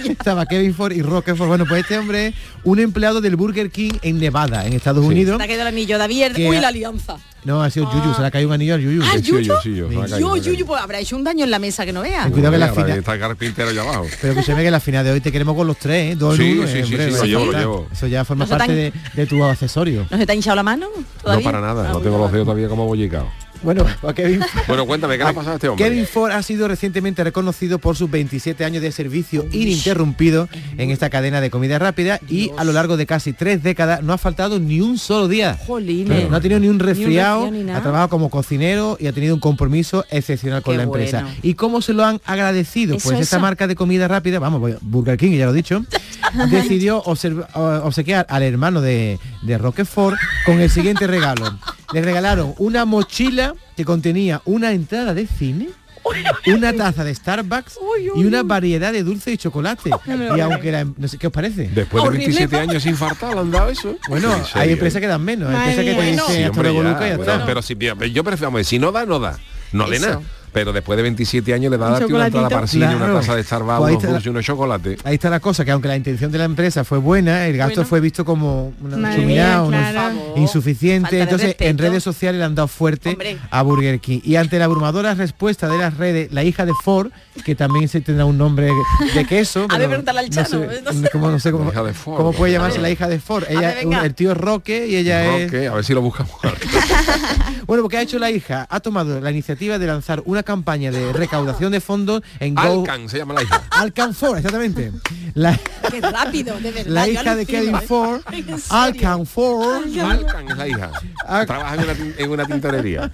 Speaker 9: Estaba Kevin Ford y Roquefort. Bueno, pues este hombre es un empleado del Burger King en Nevada, en Estados
Speaker 4: Se
Speaker 9: Unidos.
Speaker 4: te ha quedado el anillo, David.
Speaker 9: Que-
Speaker 4: Uy, la alianza.
Speaker 9: No, ha sido Yuyu, se le ha caído un anillo al Yuyu.
Speaker 4: Ah, ¿el
Speaker 9: Sí,
Speaker 4: Yuyu?
Speaker 9: sí, yo, se le ha caído,
Speaker 4: Yo,
Speaker 9: se le ha
Speaker 4: yo, yo, pues, habrá hecho un daño en la mesa que no vea.
Speaker 9: Ten cuidado que la
Speaker 3: Ahora
Speaker 9: fina-
Speaker 3: Está el carpintero allá abajo.
Speaker 9: Pero escúchame que la final de hoy te queremos con los tres, ¿eh? Dos en
Speaker 3: Sí, sí,
Speaker 9: uno, eh,
Speaker 3: sí,
Speaker 9: hombre,
Speaker 3: sí, lo
Speaker 9: eso
Speaker 3: llevo, lo
Speaker 9: ya-
Speaker 3: llevo.
Speaker 9: Eso ya forma
Speaker 4: No se
Speaker 9: parte
Speaker 4: tan-
Speaker 9: de, de tu accesorio.
Speaker 4: ¿No se te ha hinchado la mano?
Speaker 3: No
Speaker 4: ¿Todavía? Ah,
Speaker 3: para nada, no tengo los dedos todavía como bollicao.
Speaker 9: <laughs> Bueno, a Pues Kevin.
Speaker 3: Bueno, cuéntame, ¿qué le ha pasado a este hombre?
Speaker 9: Kevin Ford ha sido recientemente reconocido por sus 27 años de servicio ininterrumpido en esta cadena de comida rápida y a lo largo de casi tres décadas no ha faltado ni un solo día.
Speaker 12: Jolines.
Speaker 9: No ha tenido ni un
Speaker 12: Ni un
Speaker 9: resfriado,
Speaker 12: resfriado ni nada.
Speaker 9: ha trabajado como cocinero y ha tenido un compromiso excepcional con
Speaker 12: Qué
Speaker 9: la empresa.
Speaker 12: bueno.
Speaker 9: ¿Y cómo se lo han agradecido?
Speaker 12: Eso,
Speaker 9: pues esta
Speaker 12: eso.
Speaker 9: marca de comida rápida, vamos, voy a- Burger King, ya lo
Speaker 12: <laughs>
Speaker 9: he dicho, decidió observ- o- obsequiar al hermano de, de Roquefort con
Speaker 12: <laughs>
Speaker 9: el siguiente regalo. Le regalaron una mochila que contenía una entrada de cine. Una taza de Starbucks y una variedad de dulce y chocolate.
Speaker 3: No me lo
Speaker 9: Y
Speaker 3: creo.
Speaker 9: aunque la, no sé, ¿qué os parece?
Speaker 3: Después de Horrible, 27 vamos. años infartado, han dado eso.
Speaker 9: Bueno,
Speaker 3: En serio,
Speaker 9: hay
Speaker 3: ¿eh?
Speaker 9: empresas que dan menos, hay empresas que te
Speaker 3: Sí,
Speaker 9: dicen
Speaker 3: hombre,
Speaker 9: Pues, hasta luego,
Speaker 3: ya,
Speaker 9: Luca, y ya
Speaker 3: bueno,
Speaker 9: está.
Speaker 3: Pero si, yo yo prefiero, hombre, si no da, no da. No de
Speaker 9: Eso.
Speaker 3: nada. Pero después de 27 años le da a
Speaker 9: Un
Speaker 3: darte una entrada
Speaker 9: chocolatito.
Speaker 3: para cine, una
Speaker 9: Claro.
Speaker 3: taza de Starbucks,
Speaker 9: Pues ahí
Speaker 3: unos
Speaker 9: está la-
Speaker 3: dulces y unos chocolates.
Speaker 9: Ahí está la cosa, que aunque la intención de la empresa fue buena, el gasto
Speaker 3: Bueno.
Speaker 9: fue visto como una
Speaker 3: Madre
Speaker 9: chuminada,
Speaker 3: mía,
Speaker 9: una-
Speaker 3: claro.
Speaker 9: insuficiente.
Speaker 3: Falta de
Speaker 9: Entonces, en
Speaker 3: respeto.
Speaker 9: redes sociales le han dado fuerte a Burger King. Y ante la abrumadora respuesta de las redes, la hija de Ford, que también se tendrá un nombre de queso.
Speaker 4: <laughs> A ver,
Speaker 9: pero
Speaker 4: pregúntale al
Speaker 9: no
Speaker 4: Chano,
Speaker 9: sé,
Speaker 4: no sé.
Speaker 9: cómo- no sé cómo, cómo puede llamarse la hija de Ford. Ella,
Speaker 4: ver, venga.
Speaker 9: el tío es Roque y ella es...
Speaker 3: Roque, a ver si lo
Speaker 9: <laughs>
Speaker 3: buscamos.
Speaker 9: Bueno, porque ha hecho la hija, ha tomado la iniciativa de lanzar una campaña de recaudación de fondos en Go...
Speaker 3: Alcan se llama la
Speaker 9: <laughs>
Speaker 3: hija.
Speaker 9: Alcan Ford, exactamente. La,
Speaker 4: Qué rápido, de verdad.
Speaker 9: la
Speaker 4: yo
Speaker 9: hija de
Speaker 4: alucino,
Speaker 9: Kevin
Speaker 4: ¿eh?
Speaker 3: <laughs>
Speaker 9: Ford,
Speaker 4: <laughs> ¿En serio?
Speaker 9: Alcan Ford.
Speaker 3: Alcan es la hija.
Speaker 9: Ah.
Speaker 3: Trabaja en una, tin- en una tintorería.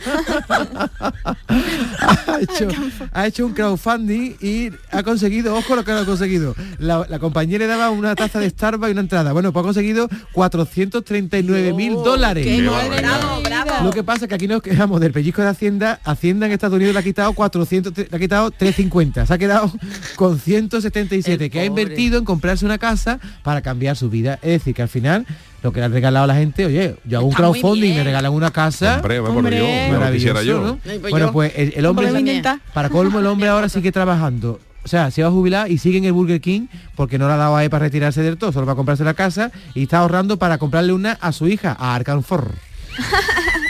Speaker 9: ha hecho, ha hecho un crowdfunding y ha conseguido, ojo lo que ha conseguido. La, la compañía le daba una taza de Starbucks y una entrada. Bueno, pues ha conseguido 439 mil dólares.
Speaker 3: Oh, qué Qué barbaridad.
Speaker 4: Bravo, bravo.
Speaker 9: Lo que pasa es que aquí nos quejamos del pellizco de Hacienda. Hacienda en Estados Unidos le ha quitado 400, tre- le ha quitado 350. Se ha quedado con 177 que ha invertido en comprarse una casa para cambiar su vida. Es decir, que al final lo que le han regalado a la gente, oye, yo hago un
Speaker 3: Está muy
Speaker 9: crowdfunding, me regalan una casa.
Speaker 3: Hombre, hombre, por Dios, me lo quisiera yo.
Speaker 9: ¿no?
Speaker 3: Ay, pues
Speaker 9: Bueno,
Speaker 3: yo.
Speaker 9: pues el, el hombre,
Speaker 3: Volvemos a intentar.
Speaker 9: para colmo, el hombre ahora sigue trabajando. O sea, se va a jubilar y sigue en el Burger King porque no la ha dado ahí para retirarse del todo, solo para comprarse la casa y está ahorrando para comprarle una a su hija, a Arkham Ford.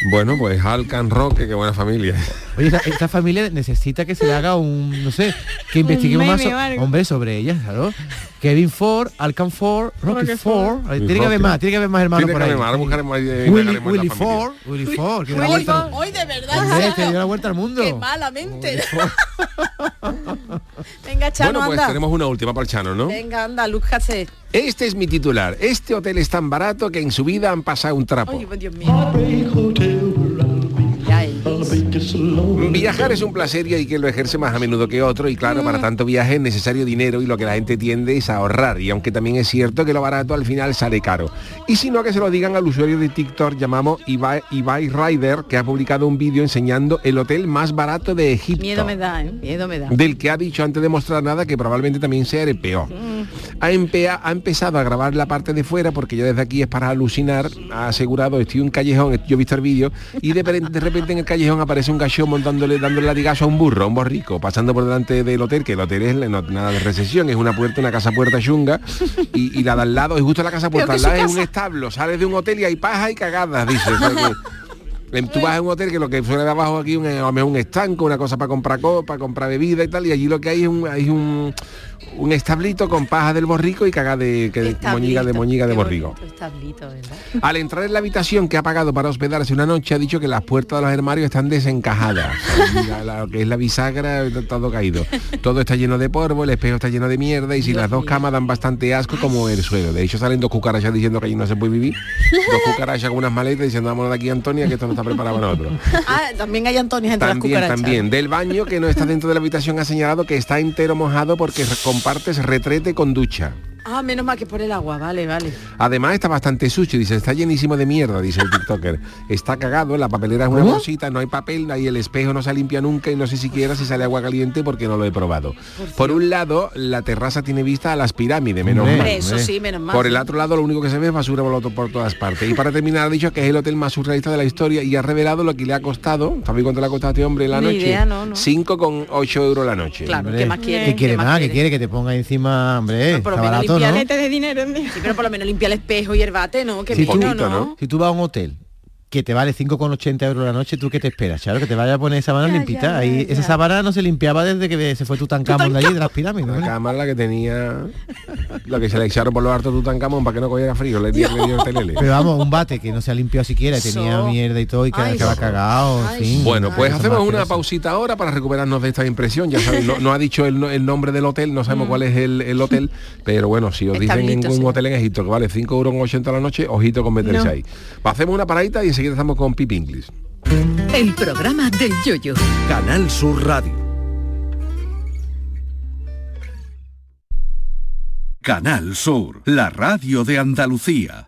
Speaker 3: Bueno, pues Alcan Roque, qué buena familia.
Speaker 9: Oye, esta, esta familia necesita que se le haga un, no sé, que investiguemos
Speaker 3: meme
Speaker 9: más, so-
Speaker 3: o algo.
Speaker 9: hombre, sobre ella, claro. Kevin Ford, Alcan Ford, Rocky,
Speaker 3: Rocky
Speaker 9: Ford.
Speaker 3: Ford.
Speaker 9: Ay, Tiene que haber
Speaker 3: Rocky.
Speaker 9: más, tiene que haber más hermanos
Speaker 3: Tiene
Speaker 9: por
Speaker 3: que
Speaker 9: ahí.
Speaker 3: haber más, ahora buscaremos ahí, eh,
Speaker 9: Willy,
Speaker 3: regalaremos la
Speaker 9: Willy
Speaker 3: familia.
Speaker 9: Ford, Willy Ford, Oh, que dio la
Speaker 4: Hoy,
Speaker 9: vuelta al-
Speaker 4: hoy de verdad.
Speaker 9: Hombre, que
Speaker 4: Sara,
Speaker 9: dio la vuelta al mundo.
Speaker 4: Qué malamente. <laughs> Venga, Chano,
Speaker 3: Bueno, pues
Speaker 4: anda.
Speaker 3: tenemos una última para el Chano, ¿no?
Speaker 4: Venga, anda, lúzcase.
Speaker 3: Este es mi titular. Este hotel es tan barato que en su vida han pasado un trapo.
Speaker 4: Ay, Dios mío. Ya eh, es.
Speaker 3: Viajar es un placer y hay que lo ejerce más a menudo que otro y claro, para tanto viaje es necesario dinero y lo que la gente tiende es a ahorrar y aunque también es cierto que lo barato al final sale caro. Y si no, que se lo digan al usuario de TikTok llamamos Ibai, Ibai Rider que ha publicado un vídeo enseñando el hotel más barato de Egipto.
Speaker 4: Miedo me da, ¿eh? Miedo me da.
Speaker 3: Del que ha dicho antes de mostrar nada que probablemente también sea el peor. Ha, empea- ha empezado a grabar la parte de fuera porque ya desde aquí es para alucinar. Ha asegurado, estoy en un callejón, yo he visto el vídeo y de, peren- de repente en el callejón aparece un gachón montándole, dándole latigazo a un burro, a un borrico, pasando por delante del hotel, que el hotel es la- no- nada de recesión, es una puerta, una casa puerta chunga y, y la de al lado, es justo la casa puerta,
Speaker 14: Pero
Speaker 3: al
Speaker 14: que
Speaker 3: lado
Speaker 14: su
Speaker 3: es un
Speaker 14: casa.
Speaker 3: establo, sales de un hotel y hay paja y
Speaker 14: <laughs>
Speaker 3: cagadas, dice. O sea que- Em, Tú vas a un hotel que lo que suele de abajo aquí un, eh, a lo mejor un estanco, una cosa para comprar copa, comprar bebida y tal, y allí lo que hay es un, hay un, un establito con paja del borrico y caga de, que de moñiga de moñiga de borrico. Al entrar en la habitación que ha pagado para hospedarse una noche, ha dicho que las puertas de los armarios están desencajadas. O sea, la- Lo que es la bisagra, todo caído. Todo está lleno de polvo, el espejo está lleno de mierda y si las dos camas dan bastante asco como el suelo. De hecho salen dos cucarachas diciendo que allí no se puede vivir. Dos cucarachas con unas maletas diciendo vámonos de aquí Antonia que esto no está preparado para nosotros.
Speaker 4: Ah, también hay Antonia entre
Speaker 3: También,
Speaker 4: las cucarachas.
Speaker 3: también. Del baño que no está dentro de la habitación ha señalado que está entero mojado porque re- compartes retrete con ducha.
Speaker 4: Ah, menos mal que por el agua, vale, vale.
Speaker 3: Además está bastante sucio, dice, está llenísimo de mierda, dice el
Speaker 4: <laughs>
Speaker 3: TikToker. Está cagado, la papelera es una
Speaker 4: ¿Cómo?
Speaker 3: bolsita, no hay papel, ahí el espejo no se limpia nunca y no sé siquiera si sale agua caliente porque no lo he probado. Por un lado, la terraza tiene vista a las pirámides, menos
Speaker 4: Hombre,
Speaker 3: mal.
Speaker 4: eso sí, menos mal.
Speaker 3: Por el otro lado, lo único que se ve es basura por, lo- por todas partes. Y para terminar, ha dicho que es el hotel más surrealista de la historia y ha revelado lo que le ha costado, ¿sabéis cuánto le ha costado a este hombre la
Speaker 9: Ni
Speaker 3: noche?
Speaker 9: idea, no, no.
Speaker 3: 5,8 euros la noche.
Speaker 9: Hombre, ¿Qué quiere más? ¿Qué quiere que te ponga encima, hombre?
Speaker 4: Ah,
Speaker 9: eh,
Speaker 4: Por lo
Speaker 9: está
Speaker 4: menos este
Speaker 9: barato,
Speaker 4: limpia
Speaker 9: ¿no?
Speaker 4: de dinero. Sí, pero por lo menos limpia el espejo y el bate, ¿no? Que
Speaker 9: Si tú,
Speaker 4: vino, ¿no?
Speaker 9: si tú vas a un hotel que te vale 5,80 euros la noche, ¿tú qué te esperas, Charo? Que te vaya a poner esa sábana
Speaker 3: Ya,
Speaker 9: limpita.
Speaker 3: ya, ya,
Speaker 9: Ahí,
Speaker 3: ya.
Speaker 9: Esa sábana no se limpiaba desde que se fue Tutankamón de allí, de las pirámides.
Speaker 3: La <laughs>
Speaker 9: ¿no?
Speaker 3: cámara la que tenía, la que se le echaron por lo harto Tutankamón para que no cogiera frío, le, di-
Speaker 9: <laughs>
Speaker 3: le dio el telele.
Speaker 9: Pero vamos, un bate que no se ha limpiado siquiera, y tenía
Speaker 3: Eso.
Speaker 9: mierda y todo, y que
Speaker 3: Ay,
Speaker 9: acaba
Speaker 3: sí.
Speaker 9: cagado. en fin.
Speaker 3: Bueno, pues
Speaker 9: Eso
Speaker 3: hacemos
Speaker 9: más
Speaker 3: una
Speaker 9: asqueroso.
Speaker 3: pausita ahora para recuperarnos de esta impresión. Ya sabéis, no, no ha dicho el, no- el nombre del hotel, no
Speaker 9: Mm.
Speaker 3: sabemos cuál es el, el hotel, pero bueno, si os dicen en
Speaker 14: Establito,
Speaker 3: un
Speaker 14: sí.
Speaker 3: hotel en Egipto que vale 5,80 euros a la noche, ojito con meterse
Speaker 13: No.
Speaker 3: ahí. Va, Hacemos una paradita y enseguida estamos con Pip English.
Speaker 13: El programa del yoyo.
Speaker 3: Canal Sur Radio.
Speaker 15: Canal Sur, la radio de Andalucía.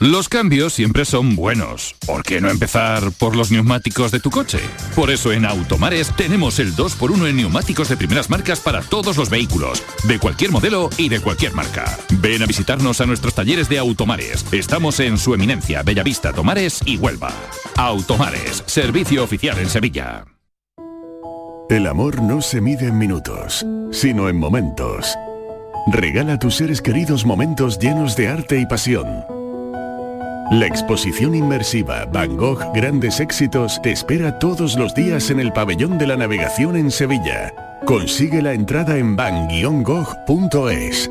Speaker 11: Los cambios siempre son buenos. ¿Por qué no empezar por los neumáticos de tu coche? Por eso en Automares tenemos el 2x1 en neumáticos de primeras marcas para todos los vehículos, de cualquier modelo y de cualquier marca. Ven a visitarnos a nuestros talleres de Automares. Estamos en su eminencia, Bellavista, Tomares y Huelva. Automares, servicio oficial en Sevilla.
Speaker 16: El amor no se mide en minutos, sino en momentos. Regala a tus seres queridos momentos llenos de arte y pasión. La exposición inmersiva Van Gogh Grandes Éxitos te espera todos los días en el Pabellón de la Navegación en Sevilla. Consigue la entrada en van-gogh.es.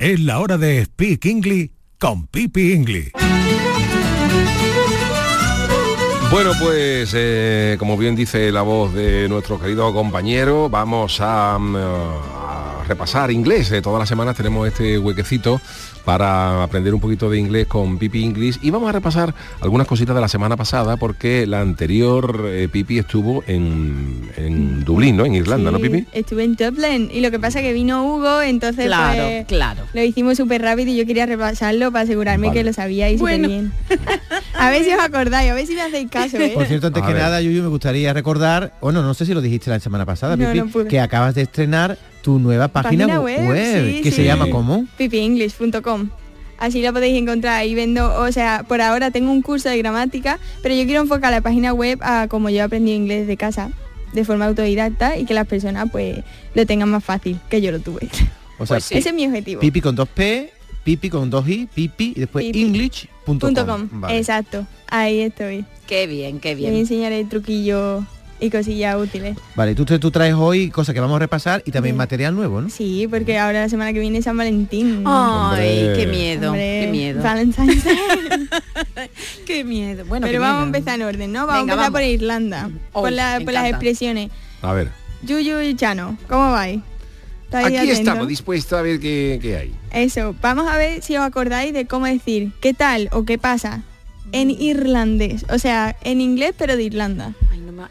Speaker 17: Es la hora de Speak English con Pipi English.
Speaker 3: Bueno, pues eh, como bien dice la voz de nuestro querido compañero, vamos a, mm, a repasar inglés. Eh, todas las semanas tenemos este huequecito para aprender un poquito de inglés con Pipi English y vamos a repasar algunas cositas de la semana pasada porque la anterior eh, Pipi estuvo en, en Dublín, ¿no? En Irlanda, ¿no,
Speaker 10: Sí,
Speaker 3: Pipi?
Speaker 10: Estuve en Dublin y lo que pasa que vino Hugo, entonces
Speaker 4: Claro,
Speaker 10: pues,
Speaker 4: claro.
Speaker 10: lo hicimos súper rápido y yo quería repasarlo para asegurarme
Speaker 3: Vale.
Speaker 10: que lo sabíais súper bien. a ver si os acordáis, a ver si me hacéis caso, ¿eh?
Speaker 9: Por cierto, antes
Speaker 3: A
Speaker 9: que
Speaker 3: ver.
Speaker 9: nada, Yuyu, me gustaría recordar, bueno, no sé si lo dijiste la semana pasada,
Speaker 10: No,
Speaker 9: Pipi,
Speaker 10: no pude.
Speaker 9: que acabas de estrenar tu nueva página, web,
Speaker 10: sí,
Speaker 9: que se
Speaker 10: sí.
Speaker 9: llama ¿cómo?
Speaker 10: pipienglish.com. Así lo podéis encontrar ahí vendo, o sea, por ahora tengo un curso de gramática, pero yo quiero enfocar la página web a como yo aprendí inglés de casa, de forma autodidacta y que las personas pues lo tengan más fácil que yo lo tuve.
Speaker 9: O sea,
Speaker 10: Pues Ese es mi objetivo.
Speaker 9: Pipi con dos P, Pipi con dos I, Pipi y después English.com.
Speaker 10: Punto com.
Speaker 9: Vale.
Speaker 10: Exacto, ahí estoy.
Speaker 4: Qué bien, qué
Speaker 10: Y enseñaré truquillos y cosillas útiles.
Speaker 9: Vale, tú, tú traes hoy cosas que vamos a repasar y también material nuevo, ¿no?
Speaker 10: Sí, porque ahora la semana que viene es San Valentín.
Speaker 4: Ay, Hombre. Ah, qué miedo, qué miedo.
Speaker 10: Valentine's Day.
Speaker 4: Qué miedo. <laughs> Bueno,
Speaker 10: Pero
Speaker 4: qué
Speaker 10: vamos a
Speaker 4: miedo.
Speaker 10: empezar en orden, ¿no? Vamos
Speaker 4: Venga,
Speaker 10: a empezar
Speaker 4: vamos.
Speaker 10: por Irlanda,
Speaker 4: Oh,
Speaker 10: por, la-
Speaker 4: me
Speaker 10: por las
Speaker 4: encanta.
Speaker 10: expresiones.
Speaker 3: A ver.
Speaker 10: Yuyu y Chano, ¿cómo vais? ¿Estáis
Speaker 3: Aquí
Speaker 10: atentos?
Speaker 3: estamos, dispuestos a ver qué, qué hay.
Speaker 10: Eso, vamos a ver si os acordáis de cómo decir qué tal o qué pasa en
Speaker 9: Mm.
Speaker 10: irlandés, o sea, en inglés pero de Irlanda.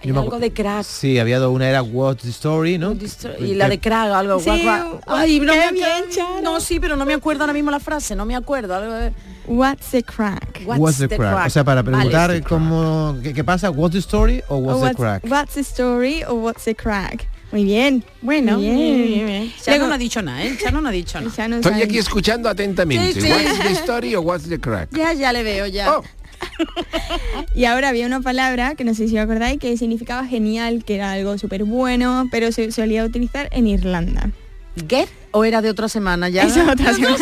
Speaker 9: Yo me acu-
Speaker 4: Algo de crack.
Speaker 9: Sí, había dos, una era What's the Story, ¿no?
Speaker 4: Y la de crack, algo.
Speaker 9: Sí,
Speaker 4: guau, guau.
Speaker 10: guau,
Speaker 4: Ay, no,
Speaker 10: qué
Speaker 4: me acu-
Speaker 10: bien,
Speaker 4: no, sí, pero no me acuerdo ahora mismo la frase, no me acuerdo. Algo de...
Speaker 10: What's the crack?
Speaker 9: What's, the, crack? O sea, para preguntar cómo qué, qué pasa, What's the Story o What's
Speaker 10: O
Speaker 9: the Crack.
Speaker 10: What's the story o what's the crack? Muy bien. Bueno,
Speaker 4: bien, bien, bien. Chano Mm. no ha
Speaker 10: dicho nada, ¿eh? no ¿eh? ha dicho nada.
Speaker 3: Estoy aquí escuchando atentamente.
Speaker 10: Sí, sí.
Speaker 3: What's the story o what's the crack?
Speaker 10: Ya, ya le veo, ya.
Speaker 4: Oh.
Speaker 10: y ahora había una palabra que no sé si os acordáis que significaba genial, que era algo súper bueno, pero se solía utilizar en Irlanda.
Speaker 4: ¿Get? ¿O
Speaker 10: <laughs>
Speaker 4: era de otra semana <laughs> ya?
Speaker 10: Eso es otra semana.
Speaker 3: Mm.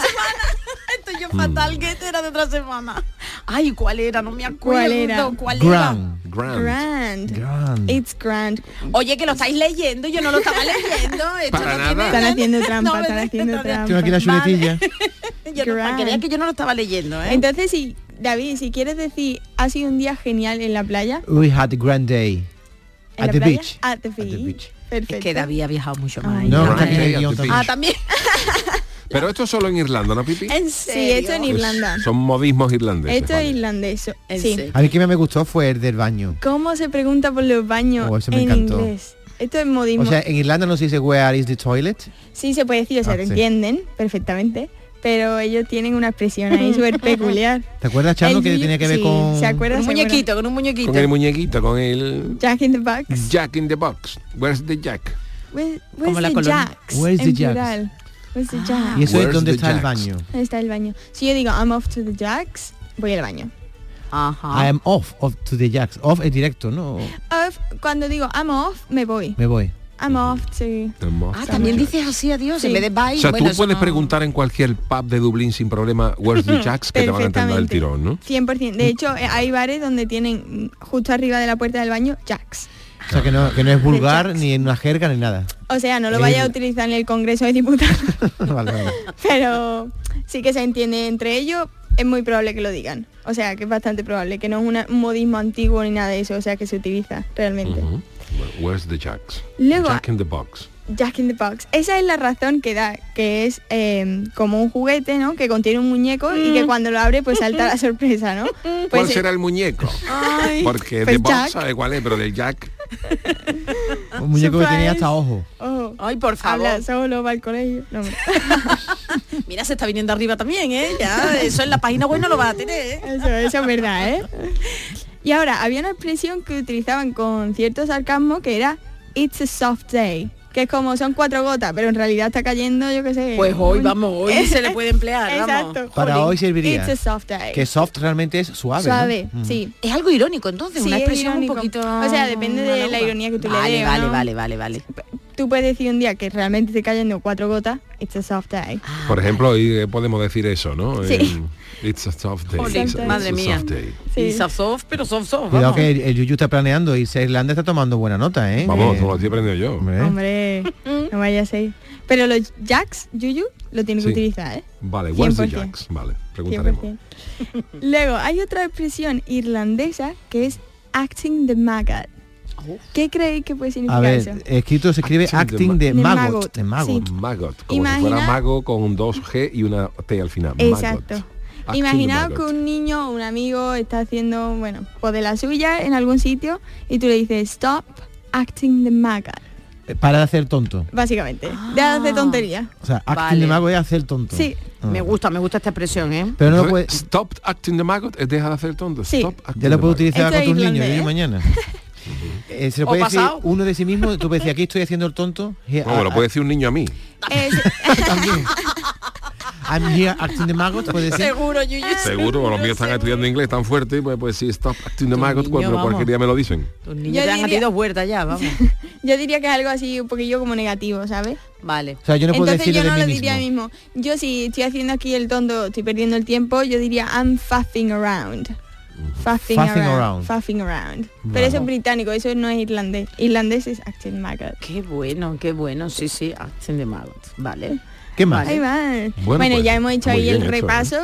Speaker 4: Esto yo fatal, get era de otra semana. Ay, ¿cuál era? No me acuerdo. ¿Cuál era?
Speaker 9: Grand.
Speaker 3: Grand.
Speaker 10: Grand.
Speaker 9: Grand.
Speaker 10: It's grand.
Speaker 4: Oye, que lo estáis leyendo, yo no lo
Speaker 10: <laughs>
Speaker 4: estaba leyendo. Esto
Speaker 3: Para
Speaker 4: no tiene-
Speaker 3: nada.
Speaker 10: Están haciendo
Speaker 4: No,
Speaker 10: trampa,
Speaker 4: me-
Speaker 10: están haciendo trampa.
Speaker 9: Tengo aquí la chuletilla.
Speaker 4: Yo no, para que veas
Speaker 10: Grand.
Speaker 4: que yo no lo estaba leyendo, ¿eh?
Speaker 10: <laughs> Entonces, si, David, si quieres decir, ha sido un día genial en la playa.
Speaker 9: We had a grand day.
Speaker 10: ¿En
Speaker 9: At
Speaker 10: la
Speaker 9: the
Speaker 10: playa?
Speaker 9: beach.
Speaker 10: At the beach. Perfecto. Ah,
Speaker 4: Es que David ha viajado mucho más.
Speaker 9: No,
Speaker 3: Grand
Speaker 9: también
Speaker 3: Day
Speaker 9: hay
Speaker 3: at the
Speaker 9: otra
Speaker 3: beach.
Speaker 4: Ah,
Speaker 10: <laughs>
Speaker 4: también.
Speaker 3: Pero esto es solo en Irlanda, ¿no, Pipi?
Speaker 10: ¿En Sí, esto en
Speaker 3: Es-
Speaker 10: Irlanda.
Speaker 3: Pues, son modismos irlandeses.
Speaker 10: Esto es irlandés. Sí.
Speaker 9: A mí que me gustó fue el del baño.
Speaker 10: ¿Cómo se pregunta por los baños
Speaker 9: Oh, ese me
Speaker 10: en
Speaker 9: encantó.
Speaker 10: inglés? Esto es modismo.
Speaker 9: O sea, en Irlanda no se dice where is the toilet.
Speaker 10: sí se puede decir, o sea,
Speaker 9: Ah,
Speaker 10: lo
Speaker 9: sí.
Speaker 10: entienden perfectamente, pero ellos tienen una expresión
Speaker 9: <laughs>
Speaker 10: ahí súper peculiar.
Speaker 9: ¿Te acuerdas, Chano,
Speaker 10: El
Speaker 9: que
Speaker 10: do you-
Speaker 9: tenía que ver
Speaker 10: sí,
Speaker 9: con...
Speaker 10: ¿Se acuerdan? ¿Se
Speaker 4: Con un
Speaker 10: acuerdan?
Speaker 4: muñequito, con un muñequito.
Speaker 3: Con el muñequito, con el
Speaker 10: Jack in the Box.
Speaker 9: Mm.
Speaker 3: Jack in the Box. Where's the Jack?
Speaker 10: Where-
Speaker 3: Como
Speaker 10: where's
Speaker 3: la
Speaker 10: the
Speaker 3: colonia.
Speaker 10: jacks?
Speaker 9: Where's the
Speaker 10: En
Speaker 9: jacks? Ah.
Speaker 10: plural. Where's the jacks?
Speaker 9: Y eso es
Speaker 3: Where's
Speaker 9: donde
Speaker 3: the
Speaker 9: está el
Speaker 3: jacks?
Speaker 9: baño.
Speaker 10: Ahí está el baño. Si yo digo, I'm off to the jacks, voy al baño.
Speaker 4: Ajá.
Speaker 3: Ah,
Speaker 9: I am off, off to the jacks. Off es directo, ¿no?
Speaker 10: Ah. Off, cuando digo, I'm off, me voy.
Speaker 9: Me voy.
Speaker 10: I'm off to...
Speaker 4: Ah, también dices así adiós, en vez de bye.
Speaker 3: O sea,
Speaker 4: bueno,
Speaker 3: tú
Speaker 4: eso
Speaker 3: puedes
Speaker 4: no-
Speaker 3: preguntar en cualquier pub de Dublín sin problema
Speaker 10: <laughs>
Speaker 3: Where's the Jacks que te van a entender el
Speaker 10: Perfectamente.
Speaker 3: tirón, ¿no?
Speaker 10: 100%. De hecho, eh, hay bares donde tienen mm, justo arriba de la puerta del baño jacks.
Speaker 9: O sea, que no, que no es vulgar, ni en una jerga, ni nada.
Speaker 10: O sea, no lo vaya a
Speaker 9: Eh.
Speaker 10: utilizar en el Congreso de Diputados,
Speaker 9: <laughs> Vale, vale.
Speaker 10: pero sí que se entiende entre ellos. Es muy probable que lo digan. O sea, que es bastante probable, que no es una- un modismo antiguo ni nada de eso, o sea, que se utiliza realmente.
Speaker 3: Ujú. Where's the Jacks?
Speaker 10: Luego- pues
Speaker 3: Jack in the Box.
Speaker 10: Jack in the Box. Esa es la razón que da, que es eh, como un juguete, ¿no? Que contiene un muñeco y
Speaker 4: Mm.
Speaker 10: que cuando lo abre pues salta la sorpresa,
Speaker 4: <laughs>
Speaker 10: ¿no? Pues,
Speaker 3: ¿Cuál
Speaker 10: eh,
Speaker 3: será el muñeco?
Speaker 10: ay,
Speaker 3: Porque
Speaker 10: pues
Speaker 3: de Box
Speaker 10: Jack.
Speaker 3: sabe cuál es, pero del Jack...
Speaker 9: Un muñeco que tenía
Speaker 10: eh, Surprise.
Speaker 9: hasta ojo.
Speaker 10: Ojo.
Speaker 4: Ay, por favor.
Speaker 10: Habla solo, va al colegio. No, hombre.
Speaker 4: <laughs> Mira, se está viniendo arriba también, ¿eh? Ya, eso en la página web no lo va a tener, ¿eh?
Speaker 10: Eso, eso es verdad,
Speaker 4: <laughs>
Speaker 10: ¿eh? Y ahora, había una expresión que utilizaban con cierto sarcasmo que era It's a soft day. Que es como son cuatro gotas, pero en realidad está cayendo, yo qué sé.
Speaker 4: Pues hoy,
Speaker 10: un-
Speaker 4: vamos, hoy se le puede emplear, vamos.
Speaker 10: Exacto.
Speaker 9: Para
Speaker 10: Jolín,
Speaker 9: hoy serviría.
Speaker 10: It's a soft day.
Speaker 9: Que soft realmente es suave. ¿no?
Speaker 10: Suave,
Speaker 9: Mm.
Speaker 10: sí.
Speaker 4: Es algo irónico, entonces, una
Speaker 10: es
Speaker 4: expresión un
Speaker 10: irónico.
Speaker 4: poquito...
Speaker 10: O sea, depende de la
Speaker 4: maluca.
Speaker 10: ironía que tú le
Speaker 4: Vale,
Speaker 10: des, ¿o
Speaker 4: Vale,
Speaker 10: no?
Speaker 4: vale, vale, vale.
Speaker 10: Tú puedes decir un día que realmente te cayendo cuatro gotas, it's a soft day.
Speaker 3: Por ejemplo, hoy eh, podemos decir eso, ¿no?
Speaker 10: Ah, Sí.
Speaker 3: En, It's a soft day.
Speaker 4: Jolín,
Speaker 3: It's a-
Speaker 4: madre
Speaker 3: it's a
Speaker 4: mía.
Speaker 3: soft day.
Speaker 10: Sí.
Speaker 4: Y soft, soft, pero soft, soft,
Speaker 9: Cuidado
Speaker 4: vamos.
Speaker 9: que el, el Yuyu está planeando irse a Irlanda está tomando buena nota, ¿eh?
Speaker 3: Vamos,
Speaker 9: Eh,
Speaker 3: todo lo estoy aprendiendo yo.
Speaker 9: hombre.
Speaker 10: Hombre, no vayas ahí. Pero los jacks, Yuyu, lo tienes
Speaker 3: Sí.
Speaker 10: que utilizar, ¿eh?
Speaker 3: Vale, where's the
Speaker 10: 100%.
Speaker 3: Jacks? Vale, preguntaremos.
Speaker 10: 100%. Luego, hay otra expresión irlandesa que es acting the maggot. ¿Qué creéis que puede significar
Speaker 9: A
Speaker 10: eso?
Speaker 9: ver, escrito se escribe
Speaker 3: Acting de
Speaker 9: acting de,
Speaker 10: ma- De
Speaker 9: magot.
Speaker 10: magot,
Speaker 9: de magot.
Speaker 10: sí.
Speaker 3: Maggot, como si
Speaker 10: Imagina-
Speaker 3: fuera mago con dos G y una T al final. Maggot.
Speaker 10: Exacto.
Speaker 3: Acting
Speaker 10: Imaginaos
Speaker 3: maggot.
Speaker 10: que un niño o un amigo está haciendo, bueno, pues de la suya en algún sitio y tú le dices, stop acting the maggot,
Speaker 9: Eh, Para de hacer tonto.
Speaker 10: básicamente. Deja de hacer tontería.
Speaker 9: O sea, acting
Speaker 4: Vale.
Speaker 9: de magot es hacer tonto.
Speaker 10: Sí,
Speaker 9: Ah.
Speaker 4: Me gusta, me gusta esta expresión, ¿eh?
Speaker 9: Pero no lo
Speaker 3: Entonces,
Speaker 9: puedes...
Speaker 3: Stop acting the maggot es deja de hacer tonto.
Speaker 10: Sí.
Speaker 3: Stop acting
Speaker 9: Ya lo
Speaker 3: the maggot.
Speaker 9: puedes utilizar
Speaker 10: Esto
Speaker 9: con
Speaker 10: es
Speaker 9: tus niños
Speaker 10: irlandés,
Speaker 9: Yuyu,
Speaker 10: ¿eh? <laughs>
Speaker 9: mañana. Eh, se lo
Speaker 4: O
Speaker 9: puede decir
Speaker 4: pasado.
Speaker 9: uno de sí mismo, tú puedes decir, aquí estoy haciendo el tonto. Here,
Speaker 3: No, me lo
Speaker 9: I-
Speaker 3: puede decir un niño a mí.
Speaker 10: Es-
Speaker 9: <laughs> También. I'm here acting the magot, puede decir.
Speaker 4: Seguro, Yuyu.
Speaker 3: Seguro, los míos están estudiando inglés tan fuerte y pues, pues sí, stop acting the maggot
Speaker 4: niño,
Speaker 3: cuando
Speaker 4: vamos.
Speaker 3: cualquier día me lo dicen.
Speaker 4: Tus niños
Speaker 10: Yo
Speaker 4: te han
Speaker 10: diría-
Speaker 4: dado dos vueltas
Speaker 10: <laughs>
Speaker 4: ya, vamos.
Speaker 10: yo diría que es algo así un poquillo como negativo, ¿sabes?
Speaker 4: Vale.
Speaker 9: O sea, yo no puedo
Speaker 10: Entonces
Speaker 9: decirlo
Speaker 10: yo no
Speaker 9: de
Speaker 10: lo
Speaker 9: mí
Speaker 10: diría
Speaker 9: mismo.
Speaker 10: mismo. Yo si estoy haciendo aquí el tonto, estoy perdiendo el tiempo, yo diría I'm faffing around. Faffing,
Speaker 9: Faffing
Speaker 10: around.
Speaker 9: Mm. around.
Speaker 10: Faffing around.
Speaker 9: Vale.
Speaker 10: Pero eso es británico, eso no es irlandés. Irlandés es acting maggot.
Speaker 4: Qué bueno, qué bueno. Sí, sí, acting de maggot. Vale.
Speaker 9: ¿Qué más?
Speaker 10: Ahí va.
Speaker 3: Bueno,
Speaker 10: Bueno,
Speaker 3: pues,
Speaker 10: ya hemos hecho
Speaker 3: muy
Speaker 10: ahí el
Speaker 3: bien hecho, ¿eh?
Speaker 10: repaso.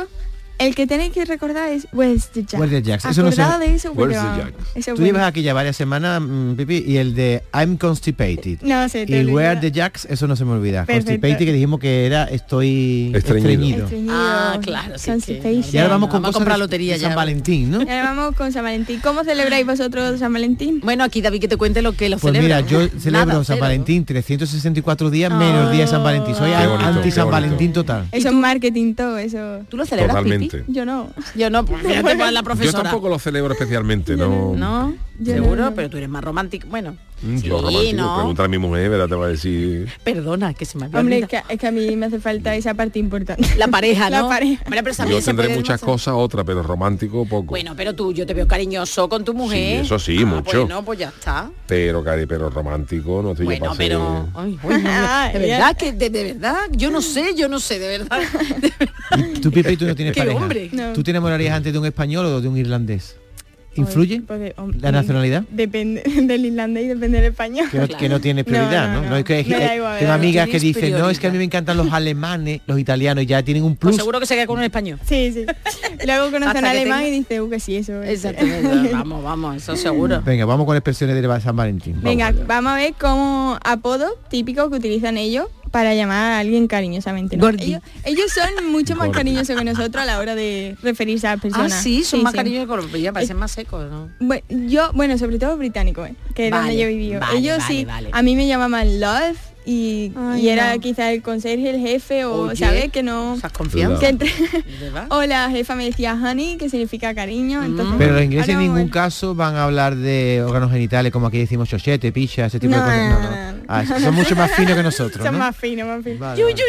Speaker 10: El que tenéis que recordar es Where's the Jacks.
Speaker 9: Where's the Jacks? Eso no sé-
Speaker 10: Acordado de eso,
Speaker 3: Where's
Speaker 10: pero-
Speaker 3: the Jacks?
Speaker 10: eso
Speaker 9: Tú
Speaker 10: bueno.
Speaker 9: llevas aquí ya varias semanas, mm, Pipi, y el de I'm constipated.
Speaker 10: No sé, te
Speaker 9: Y
Speaker 10: lo
Speaker 9: where
Speaker 10: digo.
Speaker 9: the jacks, eso no se me olvida.
Speaker 10: Perfecto.
Speaker 9: Constipated que dijimos que era estoy
Speaker 3: Estreñido.
Speaker 9: estreñido.
Speaker 10: Estreñido,
Speaker 4: Ah, claro, sí,
Speaker 10: constipation.
Speaker 9: Y ahora vamos con
Speaker 4: Vamos a
Speaker 9: cosas
Speaker 4: comprar
Speaker 9: de-
Speaker 4: lotería
Speaker 9: de
Speaker 4: ya.
Speaker 9: San Valentín, ¿no?
Speaker 10: Y ahora vamos con San Valentín. ¿Cómo celebráis vosotros San Valentín?
Speaker 4: Bueno, aquí David que te cuente lo que lo
Speaker 9: Pues
Speaker 4: celebra.
Speaker 9: mira, yo celebro
Speaker 4: Nada,
Speaker 9: San
Speaker 4: cero.
Speaker 9: Valentín 364 días menos día de San Valentín. Soy
Speaker 3: Qué bonito,
Speaker 9: anti
Speaker 3: qué
Speaker 9: San
Speaker 3: bonito.
Speaker 9: Valentín total.
Speaker 10: Ah. Eso es marketing todo, eso.
Speaker 4: ¿Tú lo celebras, Pipi?
Speaker 3: Totalmente.
Speaker 10: Yo no.
Speaker 4: Yo no, pues, fíjate cuál es la
Speaker 3: Yo
Speaker 4: profesora.
Speaker 3: tampoco lo celebro especialmente, no.
Speaker 4: ¿No? Yo Seguro, pero tú eres más romántico. Bueno,
Speaker 3: Mm,
Speaker 4: sí,
Speaker 3: yo romántico,
Speaker 4: ¿no?
Speaker 3: pregunta a mi mujer, verá, te va a decir.
Speaker 4: Perdona, que se me había
Speaker 10: Hombre, es
Speaker 4: olvidado.
Speaker 10: que, es que a mí me hace falta esa parte importante.
Speaker 4: <laughs> La pareja,
Speaker 10: <laughs>
Speaker 4: ¿no?
Speaker 10: La pareja.
Speaker 4: Hombre, pero también
Speaker 3: Yo
Speaker 4: se
Speaker 3: tendré
Speaker 4: puede
Speaker 3: muchas
Speaker 4: desmasar.
Speaker 3: cosas, otra, pero romántico poco.
Speaker 4: Bueno, pero tú, yo te veo cariñoso con tu mujer.
Speaker 3: eso sí,
Speaker 4: Ah,
Speaker 3: mucho.
Speaker 4: Bueno, pues ya está.
Speaker 3: Pero, cari, pero romántico, no estoy yo
Speaker 4: Bueno,
Speaker 3: para ser-
Speaker 4: pero... <laughs> Ay, uy, no, de verdad, que de, de verdad, yo no sé, yo no sé, de verdad. <laughs>
Speaker 9: Tú, Pipi, tú no tienes
Speaker 4: Qué
Speaker 9: pareja.
Speaker 4: hombre. No.
Speaker 9: ¿Tú te enamorarías antes de un español o de un irlandés? ¿Influye
Speaker 10: Pues, Porque, hom-
Speaker 9: la nacionalidad?
Speaker 10: Depende <laughs> del irlandés y depende del español.
Speaker 9: Que no, que no tienes prioridad, ¿no? No, es que,
Speaker 10: Me da
Speaker 9: eh,
Speaker 10: igual,
Speaker 9: tengo
Speaker 10: no
Speaker 9: amigas que
Speaker 10: tienes
Speaker 9: dicen, no, es que a mí me encantan los alemanes, los italianos, y ya tienen un plus.
Speaker 4: Pues Seguro que se queda con un español.
Speaker 10: Sí, sí. Luego conoce
Speaker 4: Hasta
Speaker 10: un
Speaker 4: que
Speaker 10: alemán
Speaker 4: tenga-
Speaker 10: y dice, uh, que sí, eso
Speaker 4: Pues
Speaker 10: es".
Speaker 4: Exactamente, vamos, vamos, eso seguro.
Speaker 9: Venga, vamos con expresiones de San Valentín. Vamos.
Speaker 10: Venga, vamos a ver como apodos típicos que utilizan ellos para llamar a alguien cariñosamente. ¿no?
Speaker 4: Gordi.
Speaker 10: Ellos, ellos son mucho más
Speaker 4: Gordi.
Speaker 10: cariñosos que nosotros a la hora de referirse a las
Speaker 4: Ah,
Speaker 10: personas.
Speaker 4: sí, Eh, son más
Speaker 10: sí.
Speaker 4: cariñosos que los ya parecen más secos, ¿no?
Speaker 10: Bueno, yo, bueno, sobre todo británico, ¿eh? que es
Speaker 4: Vale,
Speaker 10: donde yo viví.
Speaker 4: vale,
Speaker 10: Ellos
Speaker 4: vale,
Speaker 10: sí,
Speaker 4: vale.
Speaker 10: a mí me llamaban Love y,
Speaker 4: Ay,
Speaker 10: y era
Speaker 4: no.
Speaker 10: quizá el conserje, el jefe o,
Speaker 4: Oye,
Speaker 10: ¿sabes? Que no...
Speaker 4: confianza.
Speaker 10: que entre-
Speaker 4: Oh,
Speaker 10: o la jefa me decía Honey, que significa cariño. Entonces,
Speaker 9: Pero los
Speaker 10: ahora
Speaker 9: ingleses en
Speaker 10: vamos a
Speaker 9: ningún
Speaker 10: ver.
Speaker 9: caso van a hablar de órganos genitales, como aquí decimos chochete, picha, ese tipo de
Speaker 10: No,
Speaker 9: cosas.
Speaker 10: no,
Speaker 9: No, no. Ah, son mucho más finos que nosotros.
Speaker 10: Son
Speaker 9: ¿no?
Speaker 10: más finos, más finos.
Speaker 9: Vale, Yo, vale. yo,